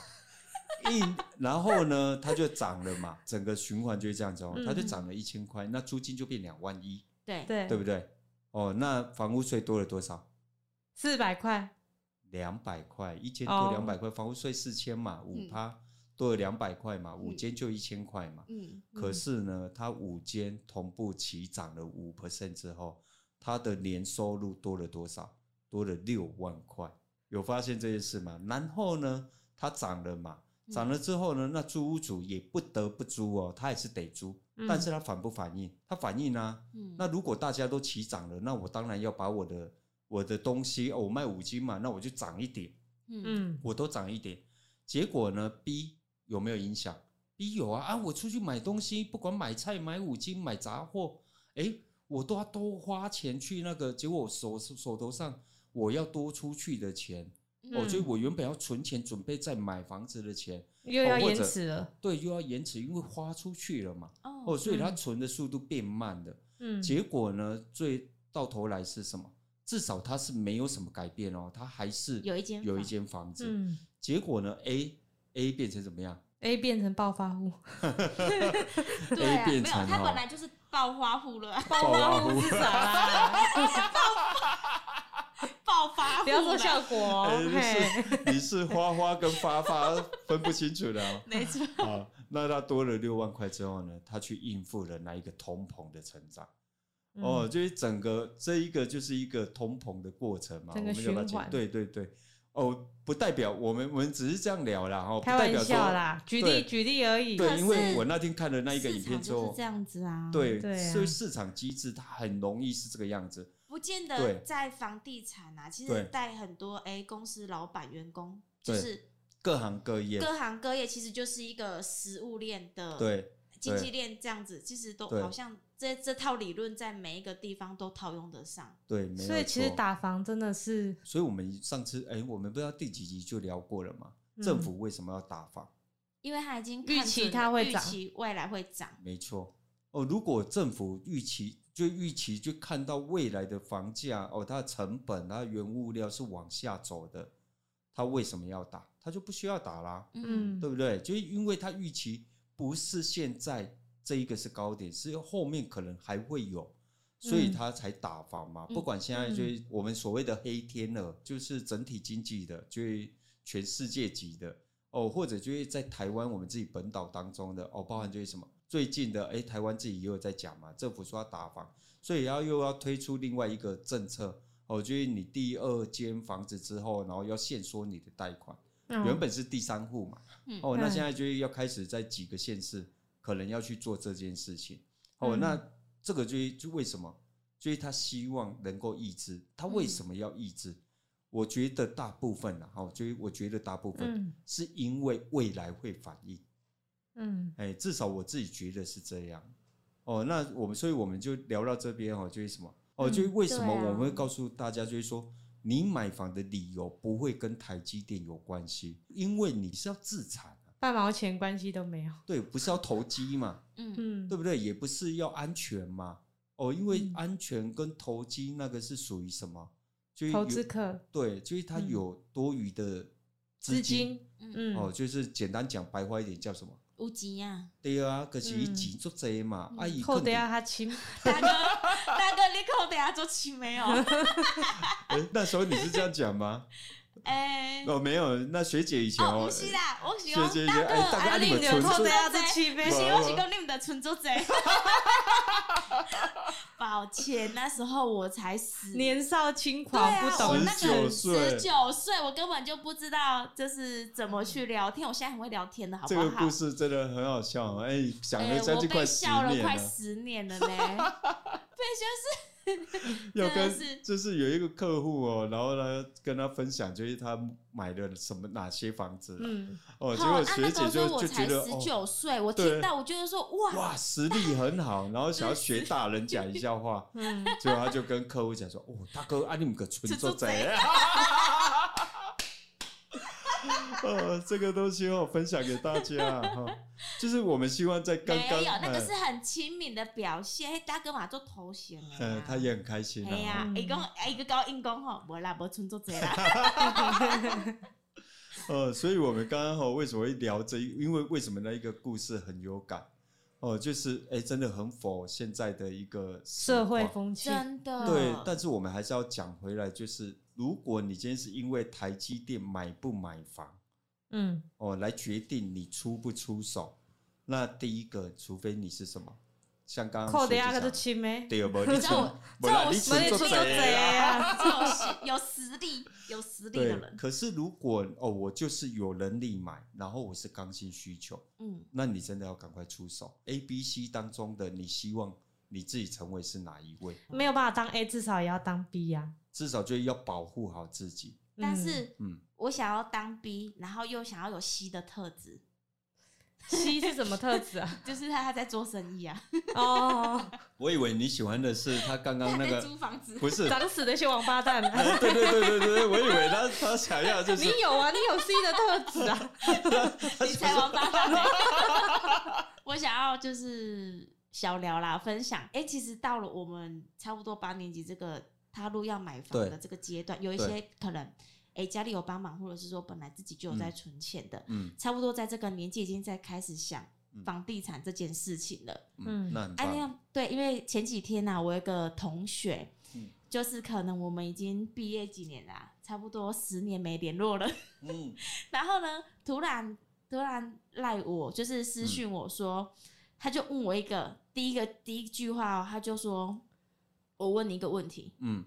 Speaker 1: 一然后呢，它就涨了嘛，整个循环就是这样子哦，
Speaker 2: 嗯
Speaker 1: 它就涨了一千块，那租金就变两万一，
Speaker 3: 对，
Speaker 2: 对
Speaker 1: 对，不对？哦，那房屋税多了多少？
Speaker 2: 四百块，
Speaker 1: 两百块，一间
Speaker 2: 哦
Speaker 1: 多两百块，房屋税四千嘛，五
Speaker 3: 嗯
Speaker 1: 趴多了两百块嘛，五
Speaker 3: 嗯
Speaker 1: 间就一千块嘛。
Speaker 3: 嗯，
Speaker 1: 可
Speaker 2: 嗯
Speaker 1: 是呢，它五间同步齐涨了五 percent 之后，它的年收入多了多少？多了六万块。有发现这件事吗？然后呢，它涨了嘛，涨
Speaker 2: 嗯
Speaker 1: 了之后呢，那租屋主也不得不租哦，他也是得租，
Speaker 2: 嗯
Speaker 1: 但是他反不反应？他反应啊。
Speaker 3: 嗯，
Speaker 1: 那如果大家都齐涨了，那我当然要把我的我的东西，哦，我卖五金嘛，那我就涨一点。
Speaker 3: 嗯
Speaker 2: 嗯，
Speaker 1: 我都涨一点。结果呢，B 有没有影响？B 有啊啊！我出去买东西，不管买菜、买五金、买杂货，诶，我都要多花钱去那个。结果我手手头上我要多出去的钱，
Speaker 3: 嗯
Speaker 1: 哦，所以我原本要存钱准备再买房子的钱，
Speaker 2: 又
Speaker 1: 哦
Speaker 2: 要
Speaker 1: 或
Speaker 2: 延
Speaker 1: 者
Speaker 2: 迟了，
Speaker 1: 对，又要延迟，因为花出去了嘛。哦，
Speaker 3: 哦，
Speaker 1: 所以它
Speaker 2: 嗯
Speaker 1: 存的速度变慢了。
Speaker 2: 嗯，
Speaker 1: 结果呢，最到头来是什么？至少它是没有什么改变哦，它还是
Speaker 3: 有一间
Speaker 1: 有一
Speaker 3: 房
Speaker 1: 间房子。
Speaker 2: 嗯
Speaker 1: 结果呢，A A 变成怎么样？
Speaker 2: ，A 变成暴发户，
Speaker 3: 对啊，
Speaker 1: A
Speaker 3: 没
Speaker 1: 变
Speaker 3: 有，
Speaker 1: 成
Speaker 3: 他
Speaker 1: 哦
Speaker 3: 本来就是暴发户了 (laughs) 啊，
Speaker 1: 暴发户
Speaker 2: (laughs) 是啥 (laughs) 啦？
Speaker 3: 暴发户，
Speaker 2: 不要做效，果哦，嘿，
Speaker 1: 哎你是花花跟发发 (laughs) 分不清楚的、哦。
Speaker 3: 没错，
Speaker 1: 好，那他多了六万块之后呢，他去应付了那一个通膨的成长。 (laughs) 哦，
Speaker 2: 嗯，
Speaker 1: 就是整个这一个就是一个通膨的过程嘛，我
Speaker 2: 整个
Speaker 1: 们要把它
Speaker 2: 循环
Speaker 1: 讲对对对。哦，不代表我们我们只是这样聊啦，哦，不
Speaker 2: 开
Speaker 1: 代
Speaker 2: 玩
Speaker 1: 表说
Speaker 2: 笑啦，举例
Speaker 1: 对
Speaker 2: 举例而已，
Speaker 3: 可
Speaker 1: 对，
Speaker 3: 是
Speaker 1: 因为我那天看了那一个
Speaker 3: 市
Speaker 1: 影片
Speaker 3: 场
Speaker 1: 之
Speaker 3: 就是
Speaker 1: 后
Speaker 3: 这，样子啊，，
Speaker 1: 对，
Speaker 2: 对啊
Speaker 1: 所以市场机制它很容易是这个样子。
Speaker 3: 不见
Speaker 1: 对
Speaker 3: 得在房地产啊，其
Speaker 1: 对
Speaker 3: 实在很多哎公司老板员工就
Speaker 1: 对
Speaker 3: 是。
Speaker 1: 各行各业，
Speaker 3: 各行各业其实就是一个食物链的
Speaker 1: 对
Speaker 3: 经济链这样子，其实都
Speaker 1: 对
Speaker 3: 好像这这套理论在每一个地方都套用得上。
Speaker 1: 对，没有
Speaker 2: 所以其实
Speaker 1: 错
Speaker 2: 打房真的是
Speaker 1: 所以我们上次哎、我们不知道第几集就聊过了嘛，
Speaker 2: 嗯
Speaker 1: 政府为什么要打房？
Speaker 3: 因为它已经
Speaker 2: 预
Speaker 3: 看
Speaker 2: 期
Speaker 3: 准
Speaker 2: 它
Speaker 3: 了
Speaker 2: 会
Speaker 3: 预
Speaker 2: 涨
Speaker 3: 期未来会涨，
Speaker 1: 没错哦，如果政府预期就预期就看到未来的房价哦，它的成本、它的原物料是往下走的，它为什么要打？它就不需要打啦，
Speaker 2: 嗯，
Speaker 1: 对不对？就是因为它预期不是现在这一个是高点，是后面可能还会有。所以
Speaker 2: 嗯
Speaker 1: 它才打房嘛，
Speaker 3: 嗯
Speaker 1: 不管现在
Speaker 2: 嗯
Speaker 1: 就是我们所谓的黑天鹅，就是整体经济的，就是全世界级的哦，或者就是在台湾我们自己本岛当中的哦，包含就是什么最近的诶，台湾自己也有在讲嘛，政府说要打房，所以要又要推出另外一个政策哦，就是你第二间房子之后，然后要限缩你的贷款，
Speaker 2: 嗯
Speaker 1: 原本是第三户嘛，
Speaker 3: 嗯
Speaker 1: 哦，那
Speaker 2: 嗯
Speaker 1: 现在就是要开始在几个县市可能要去做这件事情。哦，
Speaker 2: 嗯
Speaker 1: 那这个就是就为什么？就是他希望能够抑制，他为什么要抑制？
Speaker 2: 嗯
Speaker 1: 我觉得大部分啦，哦，就是我觉得大部分、
Speaker 2: 嗯
Speaker 1: 是因为未来会反应，
Speaker 2: 嗯
Speaker 1: 哎，至少我自己觉得是这样。哦，那我们所以我们就聊到这边哦，就是什么？哦，
Speaker 2: 嗯
Speaker 1: 就是为什么
Speaker 3: 对啊
Speaker 1: 我们会告诉大家，就是说。你买房的理由不会跟台积电有关系，因为你是要自产啊，
Speaker 2: 半毛钱关系都没有，
Speaker 1: 对，不是要投机嘛， (laughs)
Speaker 3: 嗯，
Speaker 2: 嗯
Speaker 1: 对不对？也不是要安全嘛。哦，因为
Speaker 2: 嗯
Speaker 1: 安全跟投机那个是属于什么？就是
Speaker 2: 投
Speaker 1: 有
Speaker 2: 资客
Speaker 1: 对，就是它
Speaker 2: 嗯
Speaker 1: 有多余的
Speaker 2: 资
Speaker 1: 金。哦
Speaker 2: 金，嗯
Speaker 1: 哦，就是简单讲白话一点叫什么？
Speaker 3: 有钱呀、
Speaker 1: 对啊，可是伊
Speaker 2: 嗯
Speaker 1: 钱足济嘛，啊伊
Speaker 2: 扣
Speaker 1: 肯
Speaker 2: 掉
Speaker 1: 定，
Speaker 2: 他亲，
Speaker 3: 大哥 (laughs) 大哥，你扣等下做起
Speaker 1: (laughs)
Speaker 3: 没有？
Speaker 1: 诶哎那时候你是这样讲
Speaker 3: (laughs)
Speaker 1: 吗？
Speaker 3: 哎、
Speaker 1: 哦，没有，那学姐以前
Speaker 3: 哦，
Speaker 1: 哦
Speaker 3: 不，是啦，我是
Speaker 1: 学姐
Speaker 3: 讲
Speaker 1: 以前，哎，
Speaker 3: 大哥，
Speaker 1: 大家
Speaker 3: 啊
Speaker 2: 你
Speaker 1: 你们
Speaker 2: 有
Speaker 1: 存
Speaker 2: 扣
Speaker 1: 住
Speaker 2: 掉他这七
Speaker 3: 不
Speaker 2: 呗
Speaker 1: 不
Speaker 3: 是，
Speaker 1: 是
Speaker 3: 哦我是讲你们的存做贼。
Speaker 1: (laughs)
Speaker 3: 抱歉，那时候我才十
Speaker 2: 年少轻
Speaker 3: 对
Speaker 2: 狂，
Speaker 3: 啊，
Speaker 2: 不
Speaker 3: 我
Speaker 2: 懂
Speaker 3: 那
Speaker 1: 19
Speaker 3: 个
Speaker 1: 岁
Speaker 3: 十九岁，我根本就不知道就是怎么去聊天。我现在很会聊天的，好不
Speaker 1: 这
Speaker 3: 好？
Speaker 1: 个故事真的很好笑，哎，讲
Speaker 3: 哎
Speaker 1: 了将
Speaker 3: 我
Speaker 1: 近
Speaker 3: 被
Speaker 1: 快十
Speaker 3: 笑了
Speaker 1: 年
Speaker 3: 快
Speaker 1: 了，
Speaker 3: 十年
Speaker 1: (laughs)
Speaker 3: 了呢。
Speaker 1: 要
Speaker 3: 真的是
Speaker 1: 跟就是有一个客户哦，然后呢跟他分享，就是他买了什么哪些房子，
Speaker 2: 嗯，
Speaker 1: 哦，结
Speaker 3: 好，
Speaker 1: 果
Speaker 3: 啊那
Speaker 1: 学
Speaker 3: 个
Speaker 1: 姐
Speaker 3: 时候
Speaker 1: 就
Speaker 3: 我
Speaker 1: 就觉
Speaker 3: 才
Speaker 1: 得
Speaker 3: 十
Speaker 1: 哦，
Speaker 3: 九岁，我
Speaker 1: 对
Speaker 3: 听到我就是说哇，
Speaker 1: 哇，实力很好，然后想要学大人讲一下话，
Speaker 2: 嗯，
Speaker 1: (laughs) 结果他就跟客户讲说：“哦，大哥，啊，你们个存做贼。
Speaker 3: 存”
Speaker 1: 呃，这个东西 (laughs) 哦，分享给大家哈、就是我们希望在刚
Speaker 3: 没
Speaker 1: 刚
Speaker 3: 有，那个
Speaker 1: 呃
Speaker 3: 是很亲民的表现。嘿，大哥嘛做头衔
Speaker 1: 呃，他也很开心
Speaker 3: 啊哎
Speaker 1: 啊。
Speaker 3: 呀，
Speaker 2: 嗯
Speaker 3: 伊讲哎，伊个搞硬讲吼，无啦，无存做这啦。
Speaker 1: (laughs) 呃，所以我们刚刚哦，为什么会聊这一？因为为什么那一个故事很有感哦、就是哎、真的很符合现在的一个时
Speaker 2: 社会
Speaker 1: 况
Speaker 2: 风气，
Speaker 3: 真的。
Speaker 1: 对，
Speaker 3: (laughs)
Speaker 1: 但是我们还是要讲回来，就是如果你今天是因为台积电买不买房
Speaker 2: 嗯，
Speaker 1: 哦来决定你出不出手，那第一个，除非你是什么，像刚刚
Speaker 2: 扣
Speaker 1: 学
Speaker 2: 掉
Speaker 1: 姐
Speaker 2: 他
Speaker 1: 讲
Speaker 2: 这七呗，
Speaker 1: 对不？
Speaker 3: 你
Speaker 1: 你
Speaker 3: 知道
Speaker 1: 存
Speaker 3: 我，
Speaker 1: 不
Speaker 3: 这
Speaker 1: 啦，
Speaker 3: 我
Speaker 1: 你
Speaker 2: 没
Speaker 1: 存
Speaker 2: 你
Speaker 1: 做
Speaker 2: 出做
Speaker 1: 贼
Speaker 2: 贼
Speaker 1: 啊。
Speaker 2: 啊，
Speaker 3: 这种实有实力、有实力的
Speaker 1: 对，
Speaker 3: 人，
Speaker 1: 可是如果哦，我就是有能力买，然后我是刚性需求，
Speaker 3: 嗯，
Speaker 1: 那你真的要赶快出手。A、B、C 当中的，你希望你自己成为是哪一位？
Speaker 2: 没有办法当 A，至少也要当 B 啊呀、
Speaker 1: 至少就要保护好自己。
Speaker 2: 嗯
Speaker 3: 但是
Speaker 1: 嗯，
Speaker 3: 我想要当 B，然后又想要有 C 的特质， (laughs)
Speaker 2: C 是什么特质啊？
Speaker 3: 就是他他在做生意啊，
Speaker 2: 哦，
Speaker 1: 我以为你喜欢的是他刚刚
Speaker 3: (laughs) 他
Speaker 1: 那
Speaker 3: 在
Speaker 1: 个
Speaker 3: 租房子。
Speaker 1: 不是，
Speaker 2: (laughs) 长死的一些王八蛋。啊
Speaker 1: 哎对对对对对对，我以为他他想要 (laughs) 就是
Speaker 2: 你有啊，你有 C 的特质啊，
Speaker 3: 你才王八蛋 (laughs) 嘞！我想要就是小聊啦，分享。哎、其实到了我们差不多八年级这个踏入要买房的
Speaker 1: 对
Speaker 3: 这个阶段，有一些可能哎、诶家里有帮忙，或者是说本来自己就有在存钱的，
Speaker 1: 嗯
Speaker 3: 差不多在这个年纪已经在开始想
Speaker 1: 嗯
Speaker 3: 房地产这件事情了。
Speaker 1: 嗯，那很
Speaker 3: 啊，那
Speaker 1: 棒，
Speaker 3: 样对，因为前几天呐、啊，我有一个同学，
Speaker 1: 嗯
Speaker 3: 就是可能我们已经毕业几年啦、差不多十年没联络了。 (laughs)
Speaker 1: 嗯
Speaker 3: 然后呢，突然突然赖我，就是私讯我说，
Speaker 1: 嗯
Speaker 3: 他就问我一个第一个第一句话、哦，他就说，我问你一个问题，
Speaker 1: 嗯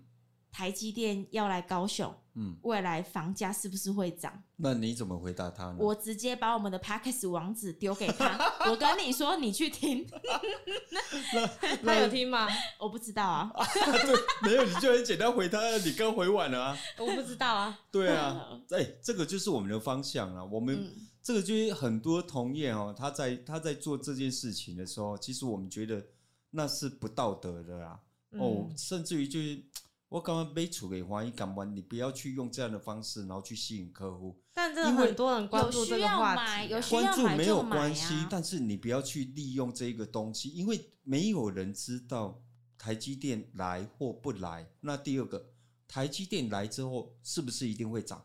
Speaker 3: 台积电要来高雄，
Speaker 1: 嗯，
Speaker 3: 未来房价是不是会涨？
Speaker 1: 那你怎么回答他呢？
Speaker 3: 我直接把我们的 p a c k a s 网址丢给
Speaker 1: (laughs)
Speaker 3: 他，我跟你说，你去听， (laughs)
Speaker 2: 他有听吗？
Speaker 3: 我不知道啊，
Speaker 1: (laughs) 对，没有，你就很简单回他，你刚回晚了
Speaker 3: (laughs)
Speaker 1: 啊。
Speaker 2: 我不知道啊。
Speaker 1: 对啊，哎、这个就是我们的方向了。我们、
Speaker 3: 嗯
Speaker 1: 这个就是很多同业哦，他在他在做这件事情的时候，其实我们觉得那是不道德的啦。
Speaker 3: 嗯
Speaker 1: 哦，
Speaker 2: 嗯
Speaker 1: 甚至于就是我刚刚被处给怀疑感官，你不要去用这样的方式，然后去吸引客户。
Speaker 2: 但真的很多人关注这个话题啊、
Speaker 3: 有需要买
Speaker 1: 关注没有
Speaker 3: 就买
Speaker 1: 关系
Speaker 3: 啊，
Speaker 1: 但是你不要去利用这个东西，因为没有人知道台积电来或不来。那第二个，台积电来之后是不是一定会涨？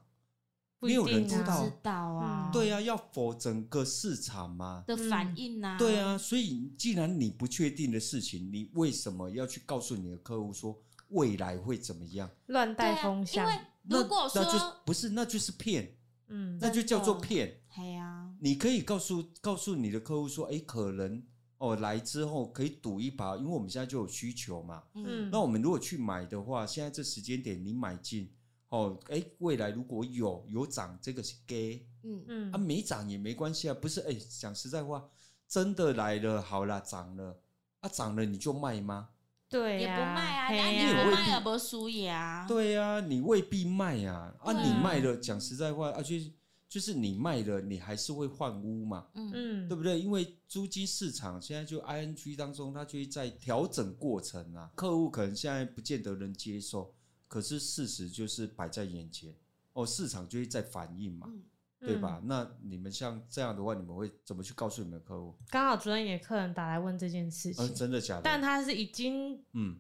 Speaker 2: 不一定啊
Speaker 1: 没有人知道
Speaker 3: 知道啊，
Speaker 2: 嗯
Speaker 1: 对啊，要否整个市场嘛。
Speaker 3: 的反应啊，
Speaker 1: 对啊，所以既然你不确定的事情，你为什么要去告诉你的客户说未来会怎么样？
Speaker 2: 乱
Speaker 3: 对啊，
Speaker 2: 带风向。
Speaker 3: 因为如果
Speaker 1: 那那就是
Speaker 3: 说，
Speaker 1: 不是，那就是骗，
Speaker 2: 嗯，
Speaker 1: 那就叫做骗。
Speaker 3: 哎呀，
Speaker 1: 你可以告诉告诉你的客户说，哎，可能哦来之后可以赌一把，因为我们现在就有需求嘛。
Speaker 3: 嗯，
Speaker 1: 那我们如果去买的话，现在这时间点你买进哦，哎，未来如果有有涨，这个是 gay
Speaker 3: 嗯，
Speaker 1: 啊，
Speaker 2: 嗯，
Speaker 1: 没涨也没关系啊，不是？哎，讲实在话，真的来了，好啦，涨了啊，涨了你就卖吗？
Speaker 2: 对
Speaker 3: 也
Speaker 2: 呀、
Speaker 3: 不卖啊，
Speaker 2: 嘿
Speaker 3: 那
Speaker 2: 呀
Speaker 3: 你
Speaker 1: 也
Speaker 3: 不
Speaker 1: 未
Speaker 3: 卖也不输也啊，
Speaker 1: 对呀、你未必卖呀、啊，
Speaker 3: 对
Speaker 1: 你
Speaker 3: 啊
Speaker 1: 卖了，讲实在话，啊，就是就是你卖了，你还是会换屋嘛，
Speaker 3: 嗯，
Speaker 2: 嗯，
Speaker 1: 对不对？因为租金市场现在就 ING 当中，它就会在调整过程啊，客户可能现在不见得能接受，可是事实就是摆在眼前，哦，市场就会在反应嘛，
Speaker 3: 嗯
Speaker 1: 对吧？？那你们像这样的话，你们会怎么去告诉你们的客户？呃
Speaker 2: 刚好昨天也客人打来问这件事情，
Speaker 1: 呃，真的假的？
Speaker 2: 但他是已经
Speaker 1: 嗯，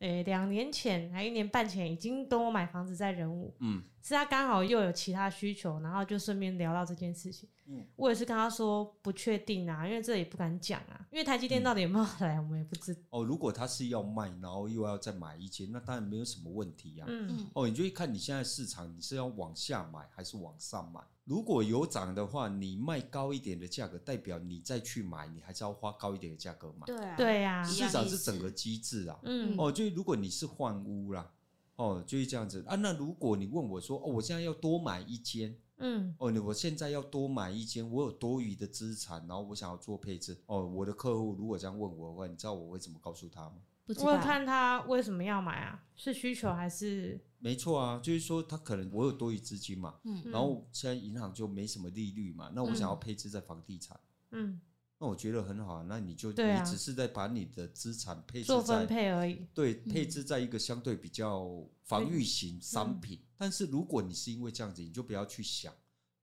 Speaker 2: 诶、诶两年前还一年半前已经跟我买房子在仁武，
Speaker 1: 嗯，
Speaker 2: 是他刚好又有其他需求，然后就顺便聊到这件事情。
Speaker 1: 嗯
Speaker 2: 我也是跟他说不确定啊，因为这也不敢讲啊，因为台积电到底有没有来，我们也不知道。
Speaker 1: 哦，如果他是要卖，然后又要再买一间，那当然没有什么问题呀、
Speaker 2: 嗯，
Speaker 3: 嗯，
Speaker 1: 哦，你就看你现在市场，你是要往下买还是往上买？如果有涨的话，你卖高一点的价格，代表你再去买，你还是要花高一点的价格买。
Speaker 3: 对啊，
Speaker 2: 对呀、
Speaker 3: 一
Speaker 1: 市
Speaker 3: 样
Speaker 1: 场
Speaker 3: 意
Speaker 1: 是
Speaker 3: 思
Speaker 1: 整个机制啊。
Speaker 2: 嗯，
Speaker 1: 哦，就是如果你是换屋啦，哦，就是这样子啊。那如果你问我说，哦，我现在要多买一间，
Speaker 2: 嗯，
Speaker 1: 哦，你我现在要多买一间，我有多余的资产，然后我想要做配置。哦，我的客户如果这样问我的话，你知道我会怎么告诉他吗？
Speaker 3: 不知
Speaker 2: 我有
Speaker 3: 道。
Speaker 2: 看他为什么要买啊？是需求还是？
Speaker 1: 没错啊，就是说他可能我有多余资金嘛，
Speaker 3: 嗯，
Speaker 1: 然后现在银行就没什么利率嘛，那我想要
Speaker 2: 嗯
Speaker 1: 配置在房地产，
Speaker 2: 嗯，
Speaker 1: 那我觉得很好啊。那你就、
Speaker 2: 对啊
Speaker 1: 你只是在把你的资产配置
Speaker 2: 做分
Speaker 1: 在
Speaker 2: 配而已。
Speaker 1: 对
Speaker 3: 嗯
Speaker 1: 配置在一个相对比较防御型商品，但是如果你是因为这样子，你就不要去想，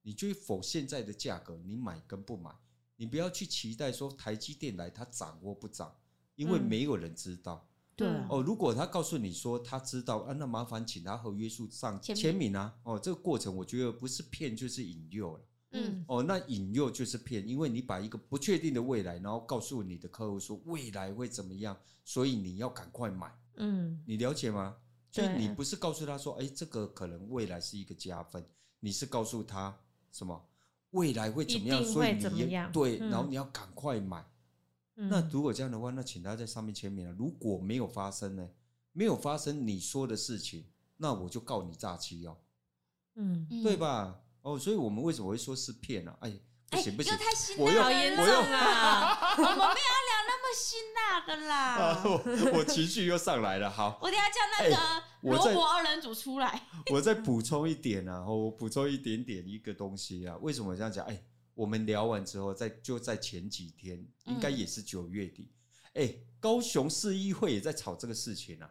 Speaker 1: 你就否现在的价格，你买跟不买，你不要去期待说台积电来它涨或不涨，因为
Speaker 2: 嗯
Speaker 1: 没有人知道。
Speaker 3: 对啊
Speaker 2: 嗯
Speaker 1: 哦，如果他告诉你说他知道啊，那麻烦请他合约书上
Speaker 3: 签名
Speaker 1: 签名啊。哦，这个过程我觉得不是骗就是引诱了。
Speaker 2: 嗯
Speaker 1: 哦，那引诱就是骗，因为你把一个不确定的未来，然后告诉你的客户说未来会怎么样，所以你要赶快买，
Speaker 2: 嗯
Speaker 1: 你了解吗？所以
Speaker 2: 对啊
Speaker 1: 你不是告诉他说，哎，这个可能未来是一个加分，你是告诉他什么未来会怎么样，
Speaker 2: 一定
Speaker 1: 所以
Speaker 2: 会
Speaker 1: 你
Speaker 2: 怎么
Speaker 1: 也
Speaker 2: 样
Speaker 1: 对，
Speaker 2: 嗯
Speaker 1: 然后你要赶快买。
Speaker 2: 嗯，
Speaker 1: 那如果这样的话，那请他在上面签名啊了。如果没有发生呢？没有发生你说的事情，那我就告你诈欺哦，
Speaker 2: 嗯，
Speaker 3: 嗯
Speaker 1: 对？吧？哦，所以我们为什么会说是骗啊？哎，不
Speaker 3: 哎，
Speaker 1: 行不
Speaker 3: 又
Speaker 1: 行，
Speaker 3: 太辛
Speaker 1: 我又
Speaker 3: 辣了
Speaker 2: 好
Speaker 3: 啦，
Speaker 2: 严重
Speaker 1: 我又
Speaker 2: 啊！
Speaker 3: 我们没有要聊那么辛辣的啦
Speaker 1: (laughs) (laughs) 啊，。我我情绪又上来了。好，
Speaker 3: (laughs) 我等一下叫那个
Speaker 1: 哎我
Speaker 3: 罗
Speaker 1: 在
Speaker 3: 伯二人组出来。
Speaker 1: 我再补充一点啊，哦我补充一点点一个东西啊。为什么这样讲？哎，我们聊完之后，在就在前几天，应该
Speaker 3: 嗯
Speaker 1: 也是九月底，哎，高雄市议会也在吵这个事情啊。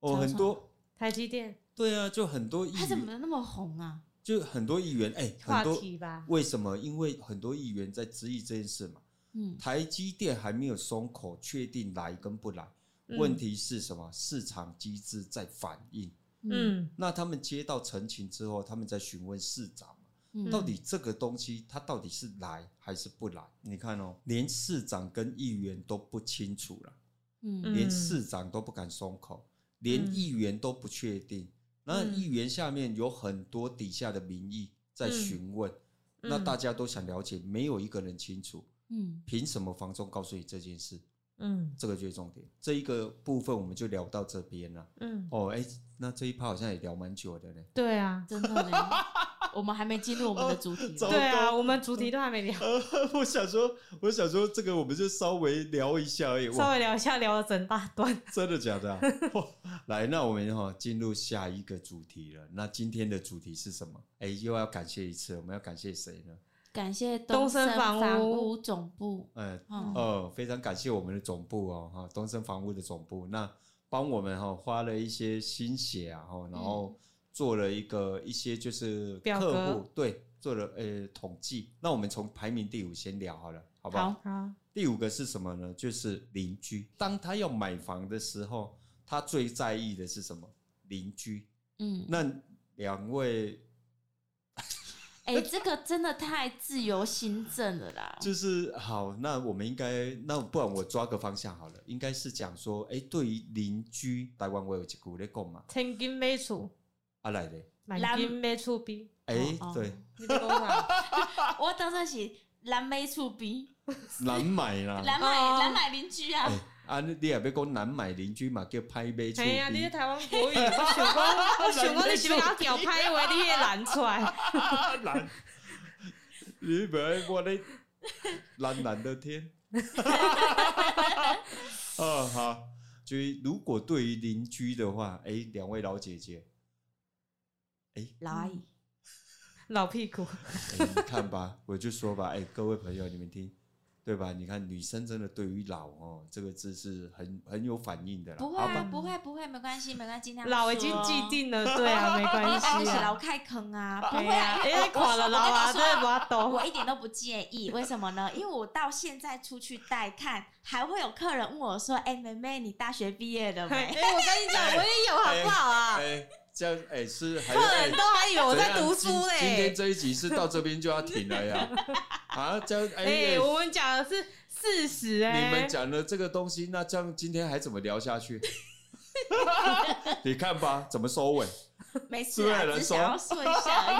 Speaker 1: 哦，
Speaker 3: 吵
Speaker 1: 很
Speaker 3: 什
Speaker 1: 多
Speaker 2: 台积电
Speaker 1: 对啊，就很多议
Speaker 3: 他怎
Speaker 1: 员，
Speaker 3: 么那么红啊？
Speaker 1: 就很多议员，哎、
Speaker 2: 话
Speaker 1: 很多
Speaker 2: 题吧？
Speaker 1: 为什么？因为很多议员在质疑这件事嘛。
Speaker 3: 嗯，
Speaker 1: 台积电还没有松口，确定来跟不来。
Speaker 2: 嗯
Speaker 1: 问题是什么？市场机制在反应。
Speaker 2: 嗯
Speaker 1: 那他们接到陈情之后，他们在询问市长嘛
Speaker 3: 嗯
Speaker 1: 到底这个东西它到底是来还是不来？你看哦，连市长跟议员都不清楚了，
Speaker 3: 嗯
Speaker 2: 嗯
Speaker 1: 连市长都不敢松口，连
Speaker 2: 嗯
Speaker 1: 议员都不确定。那
Speaker 2: 嗯
Speaker 1: 议员下面有很多底下的民意在
Speaker 2: 嗯
Speaker 1: 询问，
Speaker 2: 嗯
Speaker 1: 那大家都想了解，没有一个人清楚，
Speaker 3: 嗯
Speaker 1: 凭什么房仲告诉你这件事？
Speaker 2: 嗯
Speaker 1: 这个就是重点。这一个部分我们就聊到这边了。
Speaker 2: 嗯，
Speaker 1: 哦，哎，那这一趴好像也聊蛮久的呢。
Speaker 2: 对啊，
Speaker 3: 真的呢，我们还没进入我们的
Speaker 1: (laughs)
Speaker 3: 主题
Speaker 1: 糟
Speaker 3: 吧。
Speaker 1: 糕
Speaker 2: 对啊，我们主题都还没聊，
Speaker 1: (laughs) 我想说，我想说，这个我们就稍微聊一下而已。
Speaker 2: 稍
Speaker 1: 哇，
Speaker 2: 微聊一下，聊了整大段。
Speaker 1: 真的假的、啊？ (laughs) 哇来，那我们哈、进入下一个主题了。那今天的主题是什么？哎，又要感谢一次，我们要感谢谁呢？
Speaker 3: 感谢
Speaker 2: 东
Speaker 3: 森
Speaker 2: 森
Speaker 3: 房
Speaker 2: 房屋
Speaker 3: 屋总部，
Speaker 1: 呃，
Speaker 3: 嗯
Speaker 1: 哦，非常感谢我们的总部哦，哈，东森房屋的总部，那帮我们哈、花了一些心血啊，哈，然后做了一个一些就是
Speaker 2: 嗯表
Speaker 1: 客户
Speaker 2: 格
Speaker 1: 对做了呃统计。那我们从排名第五先聊好了，好不好？
Speaker 3: 好，
Speaker 2: 好，
Speaker 1: 第五个是什么呢？就是邻居。当他要买房的时候，他最在意的是什么？邻居。
Speaker 3: 嗯，
Speaker 1: 那两位
Speaker 3: 哎，这个真的太自由新政了
Speaker 1: (laughs)
Speaker 3: 啦。
Speaker 1: 就是好，那我们应该，那不然我抓个方向好了，应该是讲说，哎、对于邻居，台湾我有一句咧讲嘛，
Speaker 2: 千金买厝，
Speaker 1: 啊来咧，
Speaker 2: 万金买厝 (laughs) 边，
Speaker 1: 哎、
Speaker 3: 哦哦
Speaker 1: 对，
Speaker 2: 你在讲啥？
Speaker 3: 我当时是蓝莓厝边，
Speaker 1: 难买啦，
Speaker 3: 蓝莓
Speaker 2: 哦
Speaker 3: 蓝莓邻居啊
Speaker 1: 啊哎、，啊你你也别讲难买邻居嘛，叫拍卖出
Speaker 2: 哎
Speaker 3: 啊
Speaker 2: 呀，你
Speaker 1: 去
Speaker 2: 是，台湾国语，我想讲，我想讲，你是不是要屌拍我，你也拦出来。
Speaker 1: 难，你别我咧懒懒的天，啊好，就是如果对于邻居的话，哎、两位老姐姐，
Speaker 3: 老阿姨，
Speaker 2: (laughs)
Speaker 1: 嗯
Speaker 2: 老屁股，
Speaker 1: (laughs) 哎你看吧，我就说吧，哎、各位朋友，你们听，对吧？你看女生真的对于老哦这个字是很很有反应的啦。
Speaker 3: 不会
Speaker 1: 好
Speaker 3: 啊
Speaker 1: 吧，
Speaker 3: 不会，不会，没关系，没关系，尽量
Speaker 2: 老已
Speaker 3: 说
Speaker 2: 经既定了，对啊，没关
Speaker 3: 但
Speaker 2: 系
Speaker 3: 是
Speaker 2: 啊
Speaker 3: 老。开坑啊，不
Speaker 2: 哎
Speaker 3: 会啊
Speaker 2: 呀，，哎，垮了老啊，真的不要抖。
Speaker 3: 我一点都不介意，为什么呢？因为我到现在出去带看，还会有客人问我说：“哎、妹妹，你大学毕业了
Speaker 2: (laughs) 哎，我
Speaker 3: 没
Speaker 2: 跟你讲，我也有好不好啊？
Speaker 1: 哎，这样哎是还
Speaker 2: 客人
Speaker 1: 哎
Speaker 2: (laughs) 都还以为 (laughs) 我在
Speaker 1: 怎样
Speaker 2: 读书
Speaker 1: 今今天
Speaker 2: 嘞。
Speaker 1: 这一集是到这边就要停了呀。
Speaker 2: (laughs)
Speaker 1: 啊，这样哎
Speaker 2: 哎，
Speaker 1: 哎
Speaker 2: 我们讲的是事实哎。
Speaker 1: 你们讲了这个东西，那这样今天还怎么聊下去？你看吧，怎么收尾？？”
Speaker 3: (laughs) 没事啊
Speaker 1: 是不是有，人
Speaker 3: 只想要说一下而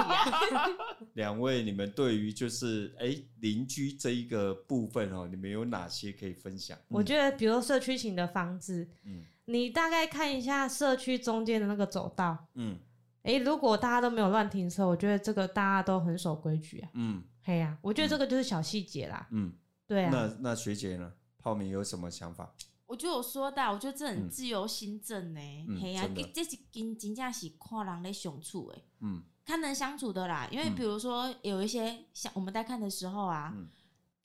Speaker 2: (laughs)
Speaker 3: 已啊。 (laughs)
Speaker 1: 两位，你们对于就是哎邻居这一个部分哦，你们有哪些可以分享？
Speaker 2: 我觉得，比如社区型的房子，
Speaker 1: 嗯
Speaker 2: 你大概看一下社区中间的那个走道。
Speaker 1: 嗯
Speaker 2: 哎，如果大家都没有乱停车，我觉得这个大家都很守规矩啊。
Speaker 1: 嗯
Speaker 2: 嘿呀、我觉得这个就是小细节啦。
Speaker 1: 嗯，
Speaker 2: 对啊，
Speaker 1: 那那学姐呢？泡米有什么想法？
Speaker 3: 我觉得我说到，我觉得这很
Speaker 1: 嗯
Speaker 3: 自由新政呢、欸
Speaker 1: 嗯，
Speaker 3: 嘿呀、
Speaker 1: 真的
Speaker 3: 这是跟真正是看人的相处诶、
Speaker 1: 嗯
Speaker 3: 看人相处的啦。因为
Speaker 1: 嗯
Speaker 3: 比如说有一些像我们在看的时候啊，
Speaker 1: 嗯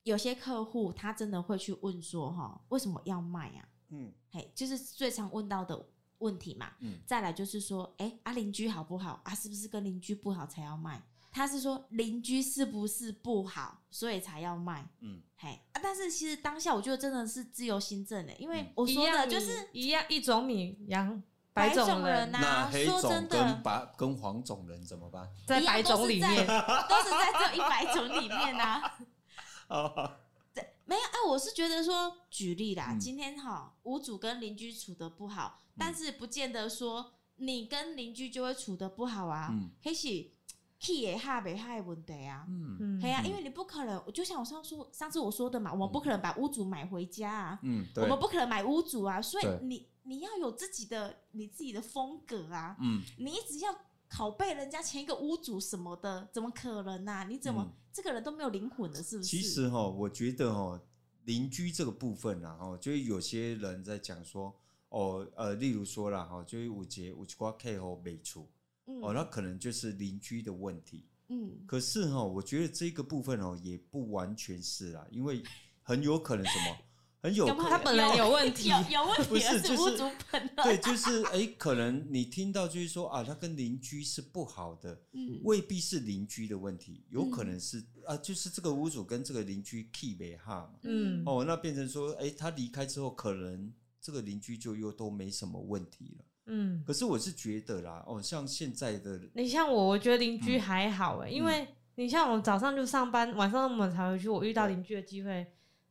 Speaker 3: 有些客户他真的会去问说：“哈，为什么要卖啊？”
Speaker 1: 嗯
Speaker 3: 嘿，就是最常问到的问题嘛。
Speaker 1: 嗯
Speaker 3: 再来就是说，哎、啊邻居好不好啊？是不是跟邻居不好才要卖？他是说邻居是不是不好，所以才要卖？
Speaker 1: 嗯
Speaker 3: 嘿啊！但是其实当下我觉得真的是自由新政的，因为
Speaker 1: 嗯
Speaker 3: 我
Speaker 2: 一
Speaker 3: 说的
Speaker 2: 样
Speaker 3: 就是
Speaker 2: 米一样一种米养
Speaker 3: 白
Speaker 2: 种
Speaker 3: 种人啊呐、
Speaker 1: 那黑
Speaker 3: 说
Speaker 1: 种
Speaker 3: 真
Speaker 1: 跟
Speaker 3: 的，
Speaker 1: 白跟黄种人怎么办？
Speaker 2: 在白种里
Speaker 3: 一样
Speaker 2: 面，
Speaker 3: 都是在这一百种里面呐、没有，哎、我是觉得说，举例啦，
Speaker 1: 嗯
Speaker 3: 今天哈，屋主跟邻居处的不好，
Speaker 1: 嗯
Speaker 3: 但是不见得说你跟邻居就会处的不好啊，
Speaker 1: 嗯
Speaker 3: 那是气也害没害问题啊。
Speaker 1: 嗯
Speaker 2: 嗯
Speaker 3: 嘿呀、
Speaker 1: 嗯
Speaker 3: 因为你不可能，就像我上次上次我说的嘛，我们不可能把屋主买回家啊，
Speaker 1: 嗯，
Speaker 3: 我
Speaker 1: 对，
Speaker 3: 们不可能买屋主啊，所以
Speaker 1: 对
Speaker 3: 你你要有自己的你自己的风格啊，
Speaker 1: 嗯
Speaker 3: 你一直要拷贝人家前一个屋主什么的，怎么可能呐、你怎么、
Speaker 1: 嗯
Speaker 3: 这个人都没有灵魂的，是不是？
Speaker 1: 其实哈，我觉得哈，邻居这个部分啦，哈，就是有些人在讲说，哦，呃，例如说啦，哈，就是有节有一挂 K 后没出，
Speaker 3: 嗯，
Speaker 1: 哦，那可能就是邻居的问题。
Speaker 3: 嗯，
Speaker 1: 可是哈，我觉得这个部分哦，也不完全是啦，因为很有可能什么，很有
Speaker 3: 有
Speaker 1: 可
Speaker 3: 没有
Speaker 2: 他本人有问题
Speaker 3: 有。有问
Speaker 1: 不
Speaker 3: 题，
Speaker 1: 是
Speaker 3: 而
Speaker 1: 就是
Speaker 3: 屋主本人。
Speaker 1: 对，就是哎、可能你听到就是说啊，他跟邻居是不好的，
Speaker 3: 嗯，
Speaker 1: 未必是邻居的问题，有可能是、啊，就是这个屋主跟这个邻居 key 没哈嘛。
Speaker 2: 嗯
Speaker 1: 哦，那变成说，哎、他离开之后，可能这个邻居就又都没什么问题了。
Speaker 2: 嗯，
Speaker 1: 可是我是觉得啦，哦，像现在的，
Speaker 2: 你像我，我觉得邻居还好
Speaker 3: 嗯
Speaker 2: 哎、因为你像我早上就上班，晚上我们才回去，我遇到
Speaker 1: 对
Speaker 2: 邻居的机会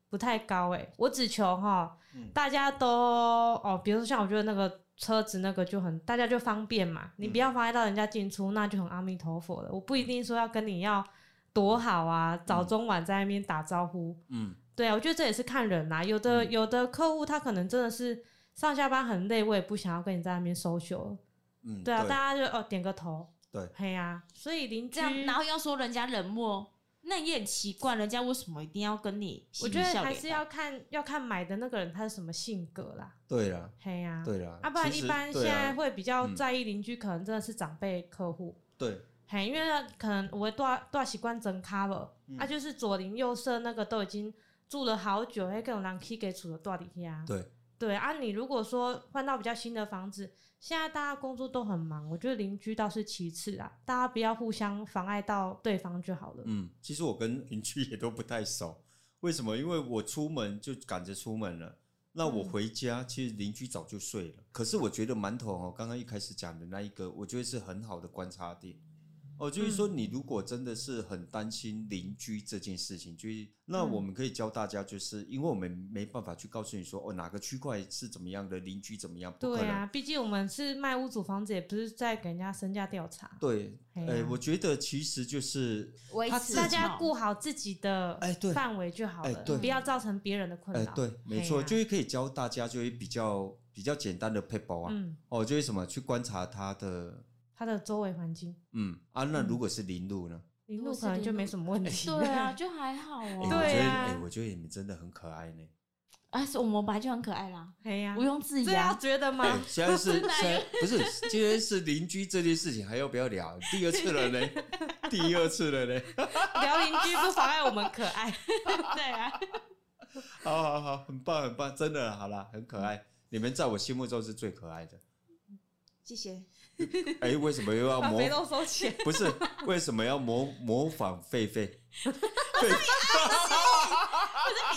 Speaker 2: 不太高哎、我只求哈
Speaker 1: 嗯，
Speaker 2: 大家都哦，比如说像我觉得那个车子那个就很，大家就方便嘛，
Speaker 3: 嗯
Speaker 2: 你不要妨碍到人家进出，那就很阿弥陀佛了。我不一定说要跟你要多好啊，早
Speaker 3: 嗯
Speaker 2: 中晚在那边打招呼，
Speaker 1: 嗯
Speaker 2: 对啊，我觉得这也是看人啦、有的、
Speaker 1: 嗯
Speaker 2: 有的客户他可能真的是上下班很累，我也不想要跟你在那边 social。
Speaker 1: 嗯，
Speaker 2: 对啊，大家就哦点个头。
Speaker 1: 对
Speaker 2: 嘿呀、所以邻居
Speaker 3: 这样，然后要说人家冷漠，那也很奇怪，人家为什么一定要跟你嬉
Speaker 2: 我
Speaker 3: 皮
Speaker 2: 觉
Speaker 3: 笑脸
Speaker 2: 得
Speaker 3: 的？
Speaker 2: 还是要看要看买的那个人他是什么性格啦。
Speaker 1: 对啦，
Speaker 2: 嘿呀、
Speaker 1: 对啦，
Speaker 2: 啊，不然
Speaker 1: 其
Speaker 2: 一
Speaker 1: 实
Speaker 2: 般现
Speaker 1: 对
Speaker 2: 在
Speaker 1: 啊，
Speaker 2: 会比较
Speaker 1: 嗯
Speaker 2: 在意邻居，可能真的是长辈客户。
Speaker 1: 对，
Speaker 2: 嘿，因为可能我多多习惯整 cover，、啊，
Speaker 1: 嗯
Speaker 2: 就是左邻右舍那个都已经住了好久，还各种人 key 给处的多底下。
Speaker 1: 对，
Speaker 2: 对啊，你如果说换到比较新的房子，现在大家工作都很忙，我觉得邻居倒是其次啦，大家不要互相妨碍到对方就好了。
Speaker 1: 嗯，其实我跟邻居也都不太熟，为什么？因为我出门就赶着出门了。那我
Speaker 2: 嗯
Speaker 1: 回家，其实邻居早就睡了。可是我觉得馒头哦，刚刚一开始讲的那一个，我觉得是很好的观察点。哦，就是说
Speaker 2: 嗯
Speaker 1: 你如果真的是很担心邻居这件事情，就是那
Speaker 2: 嗯
Speaker 1: 我们可以教大家，就是因为我们没办法去告诉你说哦哪个区块是怎么样的，邻居怎么样，不可
Speaker 2: 对
Speaker 1: 能。
Speaker 2: 啊，毕竟我们是卖屋主房子，也不是在给人家身价调查。
Speaker 1: 对，
Speaker 2: 哎
Speaker 1: 哎、
Speaker 2: 呀
Speaker 1: 我觉得其实就是
Speaker 3: 维
Speaker 1: 他
Speaker 3: 持
Speaker 1: 自己
Speaker 2: 大家顾好自己的
Speaker 1: 哎对
Speaker 2: 范围就好
Speaker 1: 哎
Speaker 2: 了，
Speaker 1: 对
Speaker 2: 不要造成别人的困
Speaker 1: 哎、
Speaker 2: 扰。
Speaker 1: 对，没
Speaker 2: 嘿啊
Speaker 1: 错，
Speaker 2: 呀
Speaker 1: 就是可以教大家，就是比较比较简单的 paper 啊，
Speaker 2: 嗯，
Speaker 1: 哦，就是什么去观察它的，
Speaker 2: 它的周围环境，
Speaker 1: 嗯啊，那
Speaker 2: 嗯
Speaker 1: 如果是林路呢？
Speaker 2: 林
Speaker 3: 如
Speaker 2: 路
Speaker 3: 果是
Speaker 2: 可能就
Speaker 3: 林
Speaker 2: 没
Speaker 3: 路
Speaker 2: 什么问题。(laughs)
Speaker 3: 对 (laughs) 啊，，就还好
Speaker 1: 哎，我
Speaker 3: 哦。
Speaker 1: 觉
Speaker 2: 对
Speaker 1: 得，
Speaker 2: 啊
Speaker 1: 哎、我觉得你们真的很可爱呢。
Speaker 3: 啊，是我们本来就很可爱啦，
Speaker 2: 嘿呀
Speaker 3: 毋，庸置
Speaker 2: (laughs) 这
Speaker 3: 疑
Speaker 2: 要
Speaker 3: 啊。
Speaker 2: 觉 (laughs) 得吗
Speaker 1: 哎？现在是
Speaker 3: 真的啊
Speaker 1: 现在不是今天是邻居这件事情还要不要聊？第二次了呢，第二次了呢。
Speaker 2: (laughs) 聊邻居不妨碍我们可爱。
Speaker 3: 对啊，
Speaker 1: 好好好，很棒很棒，真的啦好啦，很可
Speaker 2: 嗯
Speaker 1: 爱。你们在我心目中是最可爱的。
Speaker 3: 谢谢。
Speaker 1: 哎、为什么又要
Speaker 2: 把
Speaker 1: 模
Speaker 2: 肥？肉收起来。
Speaker 1: 不是，为什么要模模仿狒狒？
Speaker 3: 可是你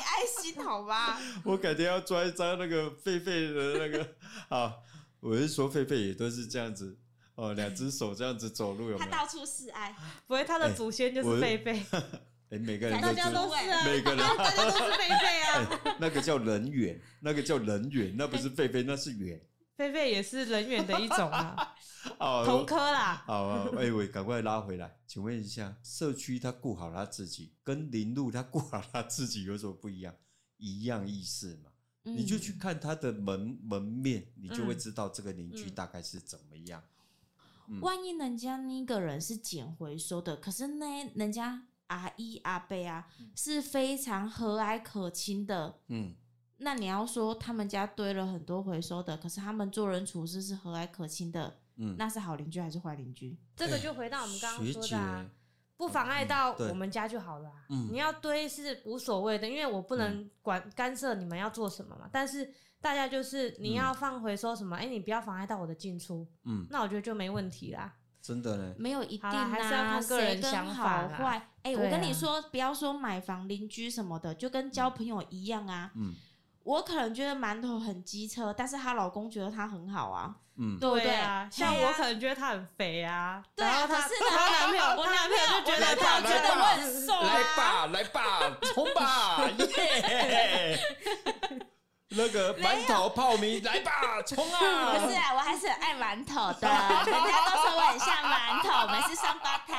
Speaker 3: 爱心好吧？
Speaker 1: (laughs) 我改天要抓一张那个狒狒的那个啊，我是说狒狒也都是这样子哦，两只手这样子走路有没
Speaker 3: 他
Speaker 1: 有？
Speaker 3: 到处示爱，
Speaker 2: (laughs) 不会，他的祖先就是
Speaker 1: 哎我
Speaker 2: 狒
Speaker 1: (laughs)
Speaker 2: (laughs) 狒，
Speaker 1: 哎、每个人
Speaker 3: 大
Speaker 1: 都
Speaker 3: 家
Speaker 1: 知
Speaker 3: 都是啊
Speaker 1: 每个
Speaker 3: (laughs)
Speaker 1: 人
Speaker 2: 大家都是狒狒啊。
Speaker 1: 哎那个叫人猿，那个叫人猿，那不是狒狒，那是猿
Speaker 2: 狒狒也是人猿的一种
Speaker 1: (laughs)
Speaker 2: 啊，
Speaker 1: 哦。
Speaker 2: 同科啦。
Speaker 1: 好啊，哎、我赶快拉回来，请问一下，社区他顾好他自己，跟林路他顾好他自己有什么不一样？一样意思嘛？
Speaker 3: 嗯
Speaker 1: 你就去看他的门门面，你就会
Speaker 2: 嗯
Speaker 1: 知道这个邻居
Speaker 2: 嗯
Speaker 1: 大概是怎么样。嗯
Speaker 3: 万一人家那个人是捡回收的，可是那人家阿姨阿伯啊是非常和蔼可亲的，
Speaker 1: 嗯，
Speaker 3: 那你要说他们家堆了很多回收的，可是他们做人处事是和蔼可亲的，
Speaker 1: 嗯
Speaker 3: 那是好邻居还是坏邻居？
Speaker 2: 这个就回到我们刚刚
Speaker 1: 哎学
Speaker 2: 说
Speaker 1: 姐嗯
Speaker 2: 的、啊，不妨碍到
Speaker 1: 对
Speaker 2: 我们家就好了、啊。
Speaker 1: 嗯
Speaker 2: 你要堆是无所谓的，因为我不能管干涉你们要做什么嘛。但是大家就是你要放回收什么，哎、你不要妨碍到我的进出，
Speaker 1: 嗯，
Speaker 2: 那我觉得就没问题啦。
Speaker 1: 真的呢，
Speaker 3: 没有一定
Speaker 2: 好啦还是要
Speaker 3: 啊，
Speaker 2: 看个
Speaker 3: 谁
Speaker 2: 人
Speaker 3: 跟
Speaker 2: 想
Speaker 3: 好
Speaker 2: 法啦
Speaker 3: 坏？哎、我
Speaker 2: 对
Speaker 3: 跟你
Speaker 2: 啊
Speaker 3: 说，不要说买房、邻居什么的，就跟交朋友一样啊。
Speaker 1: 嗯
Speaker 3: 我可能觉得馒头很机车，但是她老公觉得她很好啊，
Speaker 1: 嗯，
Speaker 3: 对不对？
Speaker 2: 啊，像我可能觉得他很肥啊，
Speaker 3: 对啊
Speaker 2: 然后
Speaker 3: 可
Speaker 2: 他
Speaker 3: 是呢
Speaker 2: 他男朋友，
Speaker 3: 我
Speaker 2: 他
Speaker 3: 男朋友就觉得
Speaker 1: 来吧
Speaker 3: 他觉得
Speaker 1: 来
Speaker 3: 我
Speaker 1: 吧
Speaker 3: 很瘦啊。
Speaker 1: 来吧，来
Speaker 2: (laughs)
Speaker 1: 吧，冲吧，耶！那个馒头泡米，来吧，冲啊！
Speaker 3: 不是啊，我还是很爱馒头
Speaker 1: (laughs)
Speaker 3: 的，人家都说我很像馒头，我们是双胞胎。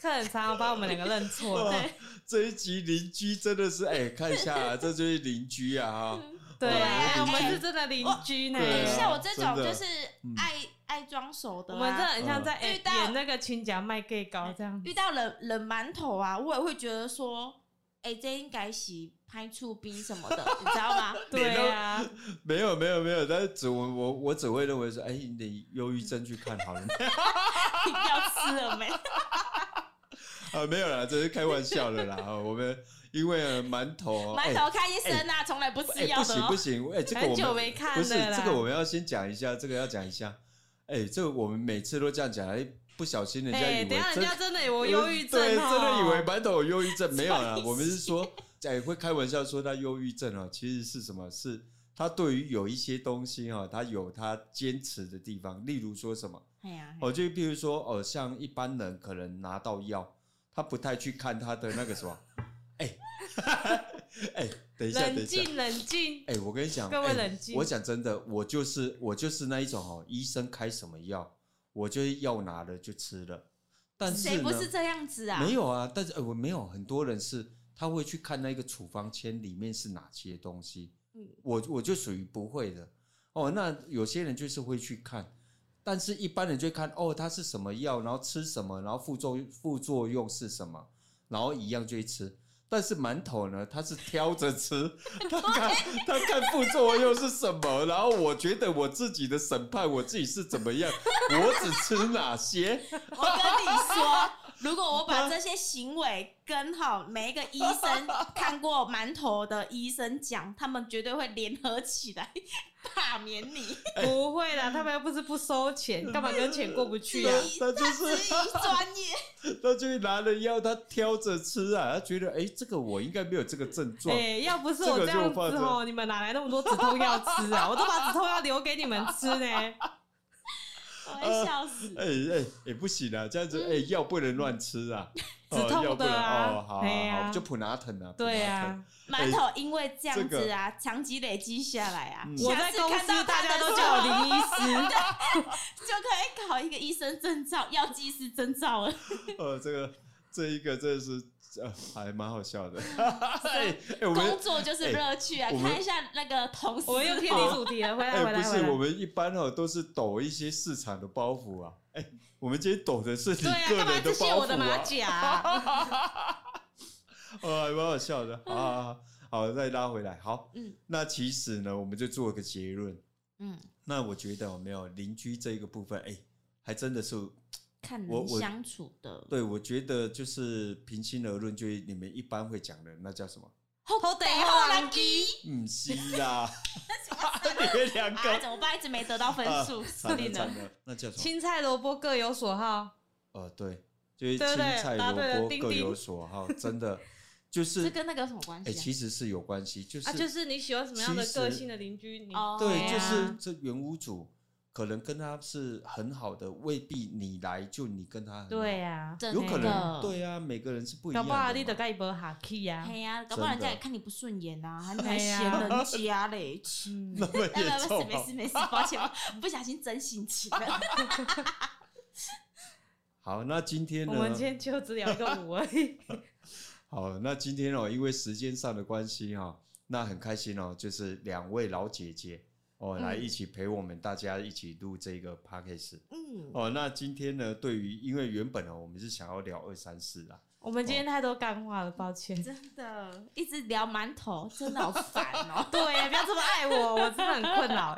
Speaker 2: 客人常常把我们两个认错 (laughs) 了。
Speaker 1: 哇这一集邻居真的是，哎、看一下、啊，这就是邻居啊！
Speaker 2: (laughs)
Speaker 1: 哈，
Speaker 2: 对
Speaker 1: 哎
Speaker 2: 啊，我们是真的邻居呢。
Speaker 1: 对啊
Speaker 3: 像我这种
Speaker 1: 真的
Speaker 3: 就是
Speaker 1: 嗯
Speaker 3: 爱爱装熟的
Speaker 2: 我
Speaker 3: 啊，
Speaker 2: 们真的很像在
Speaker 3: 嗯
Speaker 2: 演
Speaker 3: 遇到
Speaker 2: 演那个群讲卖 gay 高这样。
Speaker 3: 遇到冷冷馒头啊，我也会觉得说，哎，这应该是拍醋逼什么的，
Speaker 1: (laughs)
Speaker 3: 你知道吗？
Speaker 2: 对啊，
Speaker 1: 没有没有没有，但是只我我我只会认为说，哎、你忧郁症去看好了 (laughs)
Speaker 3: 要吃了没？
Speaker 1: 哦啊，没有啦，这是开玩笑的啦。啊我们因为呃馒头，
Speaker 3: 馒
Speaker 1: 哎
Speaker 3: 头看医生啊，从来不吃
Speaker 1: 哎、
Speaker 3: 药
Speaker 1: 不
Speaker 3: 的
Speaker 1: 行不
Speaker 3: 哦。
Speaker 1: 行，哎、这个
Speaker 2: 很
Speaker 1: 我
Speaker 2: 久
Speaker 1: 们
Speaker 2: 没看
Speaker 1: 不是
Speaker 2: 了啦。
Speaker 1: 这个，我们要先讲一下，这个要讲一下。哎、这个我们每次都这样讲，哎、不小心人家以
Speaker 2: 哎，
Speaker 1: 为
Speaker 2: 等一下人
Speaker 1: 真
Speaker 2: 家真的有忧郁症
Speaker 1: 对，真
Speaker 2: 哦，
Speaker 1: 的以为馒头有忧郁
Speaker 2: (laughs)
Speaker 1: 症，没有啦
Speaker 3: 什么意，思
Speaker 1: 我们是说，哎、会开玩笑说他忧郁症哦，其实是什么？是他对于有一些东西哈、哦，他有他坚持的地方，例如说什么，
Speaker 3: 哎呀，
Speaker 1: 哦，就比如说，哦，像一般人可能拿到药，他不太去看他的那个什么，哎、 (laughs) 哎、等一下，等一
Speaker 2: 冷
Speaker 1: 下，
Speaker 2: 静冷静，
Speaker 1: 哎、我跟你讲，
Speaker 2: 各位
Speaker 1: 哎
Speaker 2: 冷静
Speaker 1: 我讲真的，我就是我就是那一种哦，医生开什么药，我就药拿了就吃了。但是
Speaker 3: 谁不
Speaker 1: 呢
Speaker 3: 是这样子啊？
Speaker 1: 没有啊，但是、呃、我没有很多人是他会去看那个处方签里面是哪些东西，
Speaker 2: 嗯
Speaker 1: 我我就属于不会的哦。那有些人就是会去看，但是一般人就会看哦，它是什么药，然后吃什么，然后副作用副作用是什么，然后一样就会吃。但是馒头呢，他是挑着吃， (laughs) 他看他看副作用是什么，然后我觉得我自己的审判我自己是怎么样，我只吃哪些。
Speaker 3: 我跟你说，如果我把这些行为跟好每一个医生看过馒头的医生讲，他们绝对会联合起来 (laughs) 罢免你。
Speaker 2: 不会
Speaker 1: 哎
Speaker 2: 啦，他们又不是不收
Speaker 1: (laughs)
Speaker 2: 钱，干嘛跟钱过不去啊？
Speaker 1: 那那就
Speaker 3: 至
Speaker 1: 是
Speaker 3: 于专
Speaker 1: (laughs)
Speaker 3: 业，
Speaker 1: 他就拿了药，他挑着吃啊，他觉得哎、诶这个我应该没有这个症状。
Speaker 2: 哎，要不是我这样子
Speaker 1: 啊这个就放
Speaker 2: 哦，你们哪来那么多止痛药吃啊？我都把止痛药留给你们吃呢。
Speaker 3: 我会笑死。
Speaker 1: 哎哎也不行啊，这样子哎药、不能乱吃啊，
Speaker 2: 嗯止痛的啊
Speaker 1: 哦药不能哦，好好
Speaker 2: 哎呀
Speaker 1: 好，就普拿疼啊，
Speaker 2: 对
Speaker 1: 呀、
Speaker 2: 啊，
Speaker 3: 馒头因为这样
Speaker 1: 这
Speaker 3: 子
Speaker 1: 个
Speaker 3: 啊，长期累积下来啊，
Speaker 1: 嗯
Speaker 2: 我
Speaker 3: 下
Speaker 2: 在
Speaker 3: 次
Speaker 2: 公
Speaker 3: 看
Speaker 2: 司
Speaker 3: 到
Speaker 2: 大
Speaker 3: 他
Speaker 2: 家
Speaker 3: 的
Speaker 2: 都
Speaker 3: 时
Speaker 2: 叫我
Speaker 3: 候
Speaker 2: 林医师。
Speaker 3: (laughs) 就可以考一个医生证照、药剂师证照了。
Speaker 1: 呃，这个这一个真的是呃还蛮好笑的，
Speaker 2: 啊
Speaker 1: 哎哎、我们
Speaker 3: 工作就是乐趣啊，
Speaker 1: 哎我们
Speaker 3: 看一下那个同事。
Speaker 2: 我们又偏离主题了，回来
Speaker 1: 哎、
Speaker 2: 回来
Speaker 1: 不
Speaker 2: 回
Speaker 1: 是我
Speaker 2: 来。
Speaker 1: 们一般哦都是抖一些市场的包袱啊，哎、我们今天抖的是你
Speaker 2: 对啊，
Speaker 1: 个
Speaker 2: 干嘛
Speaker 1: 人
Speaker 2: 只卸
Speaker 1: 包
Speaker 2: 我的
Speaker 1: 袱
Speaker 2: 马
Speaker 1: 啊，
Speaker 2: 甲啊？
Speaker 1: 呃，还蛮好笑的啊。好，再拉回来。好，
Speaker 3: 嗯
Speaker 1: 那其实呢，我们就做个结论。
Speaker 3: 嗯，
Speaker 1: 那我觉得有没有邻居这一个部分，哎、还真的是，
Speaker 3: 看
Speaker 1: 我
Speaker 3: 人
Speaker 1: 我
Speaker 3: 相处的。
Speaker 1: 对我觉得就是平心而论，就是你们一般会讲的那叫什么
Speaker 3: 后
Speaker 2: 地
Speaker 3: 后
Speaker 2: 后人
Speaker 3: 机，
Speaker 1: 嗯，是 (laughs) 啦，你们两
Speaker 3: 啊，
Speaker 1: 个
Speaker 3: 怎么办？一直没得到分数，
Speaker 1: (laughs) 啊
Speaker 3: 死
Speaker 1: 惨
Speaker 3: 定
Speaker 1: 了
Speaker 3: 了
Speaker 1: 惨。了，那叫什么？
Speaker 2: 青菜萝卜各有所好，啊
Speaker 1: 呃，对，就是
Speaker 2: 对
Speaker 1: 青
Speaker 2: 不对
Speaker 1: 菜
Speaker 2: 答对了
Speaker 1: 萝卜
Speaker 2: 叮
Speaker 1: 各有
Speaker 2: 叮
Speaker 1: 所好，真的就
Speaker 3: 这
Speaker 1: 是
Speaker 3: 跟那个有什么关
Speaker 1: 哎，
Speaker 3: 系
Speaker 1: 其实是有关系，就是
Speaker 2: 啊，就是你喜欢什么样的
Speaker 1: 其实
Speaker 2: 个性的邻居，你
Speaker 3: 啊？哦
Speaker 1: 对，
Speaker 2: 呀
Speaker 1: 就是这原屋主可能跟他是很好的，未必你来就你跟他很好
Speaker 2: 对，呀，
Speaker 3: 真的
Speaker 1: 有可能
Speaker 3: 耶
Speaker 1: 对啊，每个人是不一
Speaker 2: 搞
Speaker 1: 样的
Speaker 2: 不
Speaker 1: 嘛。
Speaker 2: 好你得该无下去呀。
Speaker 3: 嘿哎呀，搞不好人
Speaker 1: 真的哎
Speaker 3: 家也看你不顺眼啊，还来嫌人家嘞。
Speaker 1: (laughs)
Speaker 3: 气
Speaker 2: 嗯
Speaker 1: 那么
Speaker 3: 没有
Speaker 1: 严
Speaker 3: 没
Speaker 1: 重哦
Speaker 3: 事没
Speaker 1: 吗
Speaker 3: 事没事，抱歉，不小心真性情了。
Speaker 1: 好，那今天
Speaker 2: 我
Speaker 1: 呢？
Speaker 2: 们今天就只聊一个五而
Speaker 1: (laughs)
Speaker 2: 已。
Speaker 1: 好，那今天哦，因为时间上的关系哈、那很开心哦，就是两位老姐姐哦
Speaker 3: 嗯
Speaker 1: 来一起陪我们大家一起录这个 podcast
Speaker 3: 嗯，
Speaker 1: 哦。那今天呢，对于因为原本呢、哦、我们是想要聊二三四啦，
Speaker 2: 我们
Speaker 1: 哦
Speaker 2: 今天太多干话了，抱歉。。
Speaker 3: 真的，一直聊馒头，真的好烦哦
Speaker 2: (laughs) 对呀，不要这么爱我，我真的很困
Speaker 3: (laughs)
Speaker 2: 扰。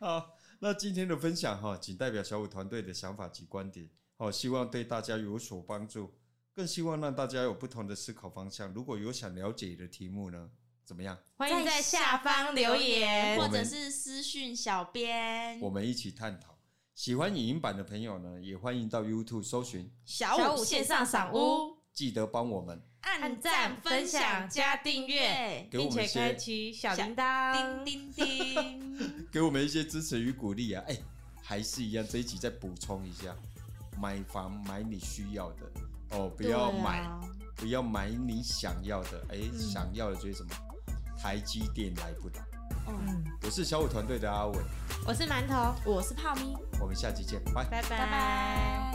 Speaker 1: 好，那今天的分享哈、仅代表小五团队的想法及观点，哦，希望对大家有所帮助，更希望让大家有不同的思考方向。如果有想了解的题目呢，怎么样？
Speaker 2: 欢迎在下方留言
Speaker 1: 我
Speaker 3: 或
Speaker 1: 们
Speaker 3: 者是私讯小编
Speaker 1: 我们一起探讨。喜欢影音版的朋友呢，也欢迎到 YouTube 搜寻，
Speaker 3: 小五线上赏屋，
Speaker 1: 记得帮我们
Speaker 3: 按
Speaker 2: 按
Speaker 3: 赞
Speaker 2: 赞、
Speaker 3: 分
Speaker 2: 分
Speaker 3: 享
Speaker 2: 享、
Speaker 3: 加
Speaker 2: 加订
Speaker 3: 订阅
Speaker 2: 阅，
Speaker 1: 给我
Speaker 2: 并
Speaker 1: 们一
Speaker 2: 且
Speaker 1: 些
Speaker 2: 开启小铃
Speaker 3: 叮
Speaker 2: 铛。(laughs)
Speaker 3: 叮叮。
Speaker 1: 给我们一些支持与鼓励啊！哎，还是一样，这一集再补充一下，买房买你需要的哦，不要
Speaker 3: 对啊嗯
Speaker 1: 买，不要买你想要的。哎，想要的就是什么？台积电来不来？
Speaker 3: 嗯，
Speaker 2: 嗯，
Speaker 1: 我是小五团队的阿伟，
Speaker 2: 我是馒头，
Speaker 3: 我是泡咪，
Speaker 1: 我们下期见，拜。
Speaker 2: 拜拜
Speaker 3: 拜拜。